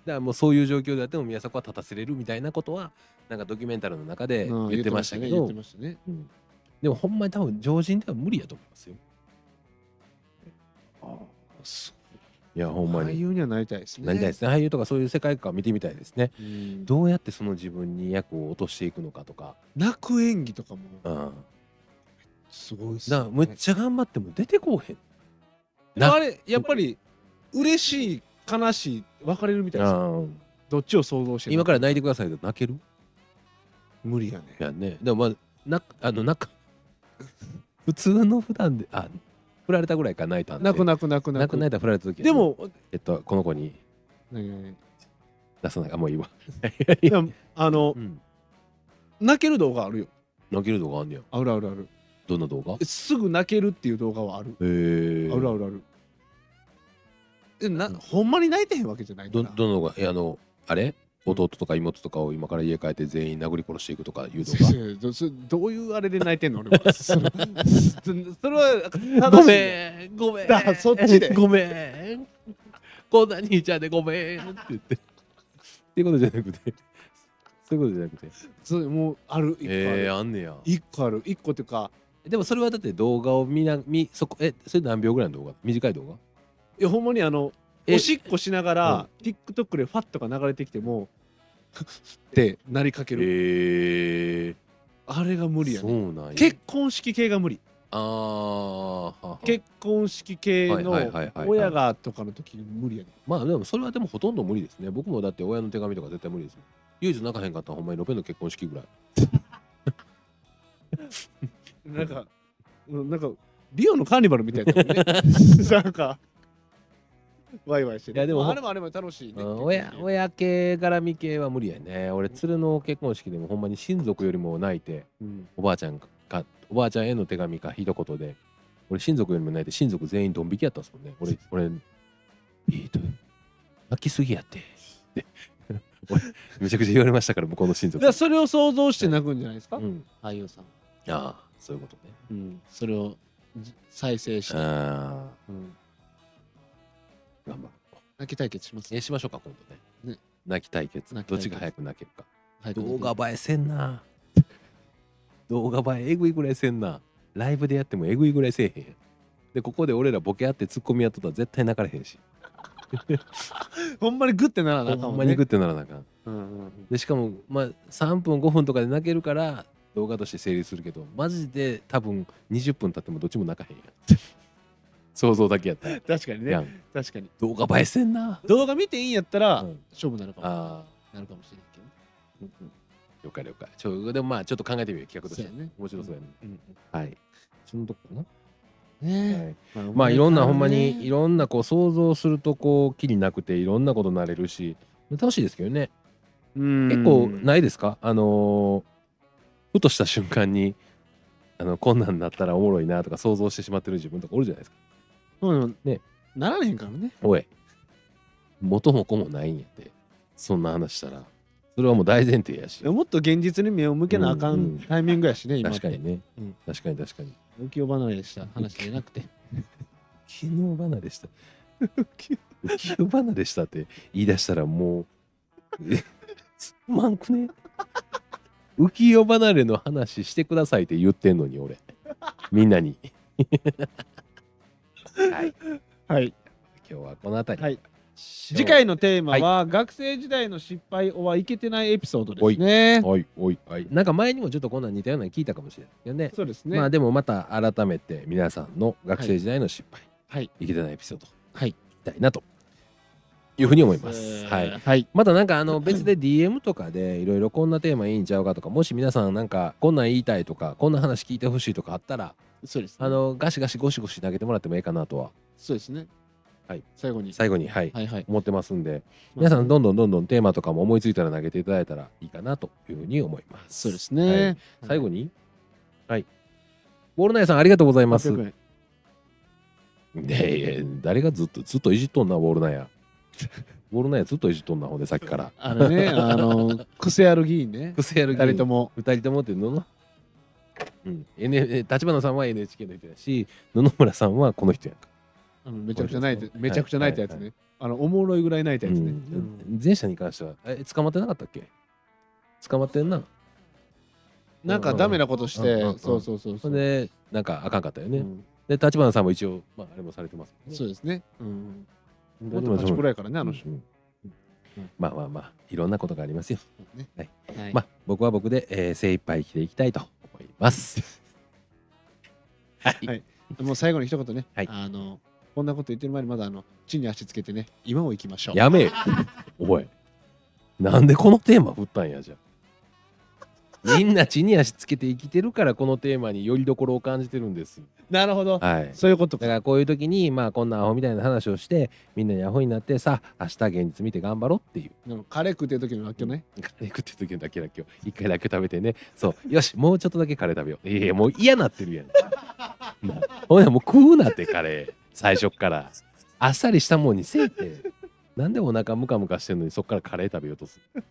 だからもうそういう状況であっても宮迫は立たせれるみたいなことはなんかドキュメンタルの中で
うん
言ってましたけ
言っ
ど
てましたね
うんでもほんまに多分常人では無理やと思いますよ。いやほんま
俳
に。
優にはなりたいですね
なりたいですね。俳優とかそういう世界観を見てみたいですね。
うん
どうやってその自分に役を落としていくのかとか。
泣く演技とかも
うん。だか
すごいっす
ら
よ
むっ
ね
ちゃ頑張っても出てこうへん。
でもあれやっぱり嬉しい悲しい別れるみたいですよ
うん
どっちを想像してる
今から泣いてくださいと泣ける
無理やね
やんね。でもまあなあのなんか普通の普段であ振られたぐらいから泣いたんで。
泣く泣く泣く
泣
泣
く
く
泣いたら振られた時やね
でも
えっとこの子に
何々
出さないあもういいわ。
いやあの
うん。
泣ける動画あるよ
泣ける動画あんねや。
あるあるある
どんな動画？
すぐ泣けるっていう動画はある
えー
あるあるあるえな
うん
ほんまに泣いてへんわけじゃないか
ど
ら
どのがえあのあれ弟とか妹とかを今から家帰って全員殴り殺していくとか [laughs] いう動
先生どそどういうあれで泣いてんの俺はそのそそれは
画。
正しい
んごめ
だからそっちで
ごめん。こんな兄ちゃんでごめんって言って。っていうことじゃなくて。そういうことじゃなくて。
そうもうある一個あ
え
る
ー、あんねや。
一個ある一個っていうか
でもそれはだって動画を見な見そこえそれ何秒ぐらいの動画？短い動画？
いやほんまにあの
え
おしっこしながら TikTok でファッとか流れてきても [laughs] ってなりかける
えー、
あれが無理や
そ
ね
うなんや。
結婚式系が無理
あーはは
結婚式系の
はいはいはいはい
親がとかの時無理やね
まあでもそれはでもほとんど無理ですね。僕もだって親の手紙とか絶対無理ですもん。唯一泣かへんかったのはほんまにロペの結婚式ぐらい。
なんか、うんなんか、リオのカーニバルみたいだもんね。
[laughs]
なんか、ワイワイしてる。
いやでも
あれもあれも楽しいね。
親親系絡み系は無理やね。俺鶴の結婚式でもほんまに親族よりも泣いて
うん
おばあちゃんかおばあちゃんへの手紙か一言で俺親族よりも泣いて親族全員ドン引きやったんですもんね。 [laughs] 俺俺えーと泣きすぎやって。って [laughs] 俺めちゃくちゃ言われましたから向こうの親
だ
族
から。それを想像して泣くんじゃないですか、
うん。
俳優さん。
ああそういうことね。
うん、それをじ再生して、
あ
うん
あ頑張る。
泣き対決します。
えしましょうか今度ね
ね
泣き対決
泣き対決
どっちが早く泣けるか
早く
動画映えせんな [laughs] 動画映ええぐいぐらいせんなライブでやってもえぐいぐらいせえへんでここで俺らボケあってツッコミやっとったら絶対泣かれへんし
ほんまにグッてならなあか
ほ
ん
ん
も
ま
ん
に
ね
グ。ってならなあかん
うんうん
でしかもまあ3分5分とかで泣けるから動画として成立するけどマジで多分20分経ってもどっちも泣かへんやん [laughs] 想像だけやったら、
確かに
や
ね。
ん
確かに。
動画映えせんな
動画見ていいんやったら、
うん
勝負なるかも
ああ
なるかもしれないけどね。
了解了解ちょでもまあちょっと考えてみる企画として
そうやね
面白そうやね、
うん
はい。そのとこか
ね
な。
え
はい。まあいろんなほんまにい
ろ
ろんなこう想像するとこう気になくていろんなことなれるし楽しいですけどね。結構ないですか？あのーふとした瞬間にあのこんなんなったらおもろいなとか想像してしまってる自分とかおるじゃないですか。
うん
ね
なられへんからね。
おい元も子もないんやってそんな話したら。それはもう大前提やし
もっと現実に目を向けなあか
うんうん
んタイミングやしね、今っ
確
て。
かにね、
うん
確かに確かに
浮世離れした話じゃなくて。
昨日離れした浮世離れしたって言い出したらもうえつまんくね浮世離れの話してくださいって言ってんのに俺みんな
[laughs]
にはい
はい。
今日はこの辺り、
はい次
次
回のテーマは、学生時代の失敗おはいけてないエピソードですね。
おいおいおいなんか前にもちょっとこんなん似たようなの聞いたかもしれないよね
そうですね。
まあでもまた改めて皆さんの学生時代の失敗、
はい、
いけてないエピソード、
はい、
たいなというふうに思います。は
はい
い、
はい。
またなんかあの別で DM とかでいろいろこんなテーマいいんちゃうかとかもし皆さんなんかこんなん言いたいとかこんな話聞いてほしいとかあったら
そうですね。
あのガシガシゴシゴシ投げてもらってもいいかなとは
そうですね。
はい。
最後に。
最後にはい
はいはい。
思ってますんで皆さんどんどんどんどんテーマとかも思いついたら投げていただいたらいいかなというふうに思います。
そうですね。
はい最後にはいウォールナイさんありがとうございます。
800円
いやいや、誰がずっと、ずっといじっとんな、ウォールナイヤ。ウォールナイヤずっといじっとんな、ほんで、さっきから。
あのね、
[laughs]
あの、癖ある議員ね。
癖やる
二人と
も。
も。
二人ともって、のの。うん、N. 立花さんは N. H. K. の人やし、野々村さんはこの人やんか。
あのめちゃくちゃ泣い
これ
て
で、すね
めちゃくちゃ泣いたやつ
はい
ね。あの、おもろいぐらい泣いたやつ
う
ね。
ん前者に関しては、え、捕まってなかったっけ。捕まってんな。
なんかダメなことし
うんうんうんう
て、
ん
そうそうそう
そ
そう。
れで、なんかあかんかったよ
う
ね。
ん
で、立花さんも一応、まあ、あれもされてますもんね。
そうですね。
うん。
もっと立ちこらいからね、あの人。
うんまあまあまあ、いろんなことがありますよ。
ね
はい
はい
まあ、僕は僕で、えー、精一杯生きていきたいと思います。はい
はいもう最後に一言ね、
はい
あのこんなこと言ってる前にまだあの地に足つけてね今を行きましょう。
やめ [laughs] よ。おい。なんでこのテーマ振ったんやじゃあ。みんな地に足つけて生きてるからこのテーマによりどころを感じてるんです。
なるほど、
はい。
そういうこと
だ
か。
からこういう時にまあこんなアホみたいな話をしてみんなにアホになってさ明日現実見て頑張ろうっていう。
でもカレー食ってる時の楽曲ね。
カレー食ってる時だけだ今日一回だけ食べてねそうよしもうちょっとだけカレー食べよういやいやもう嫌なってるやんなほんならもう食うなってカレー最初っからあっさりしたもんにせえってなんでお腹ムカムカしてんのにそっからカレー食べようとする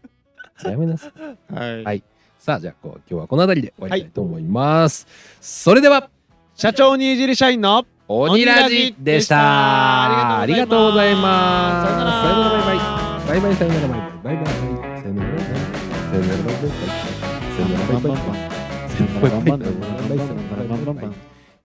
やめなさい
はい
はいさあじゃあこう今日はこの辺りで終わりたいと思います、それでは
社長にいじり社員の
鬼ラジでしたありがとうございます
さよなら
さよならバイバイバイバイさよならバイバイバイバイさよならバイバイさよならバイバイさよならバイバイさよならバイバイさよならバイバイさよならバイバイ
バイバイ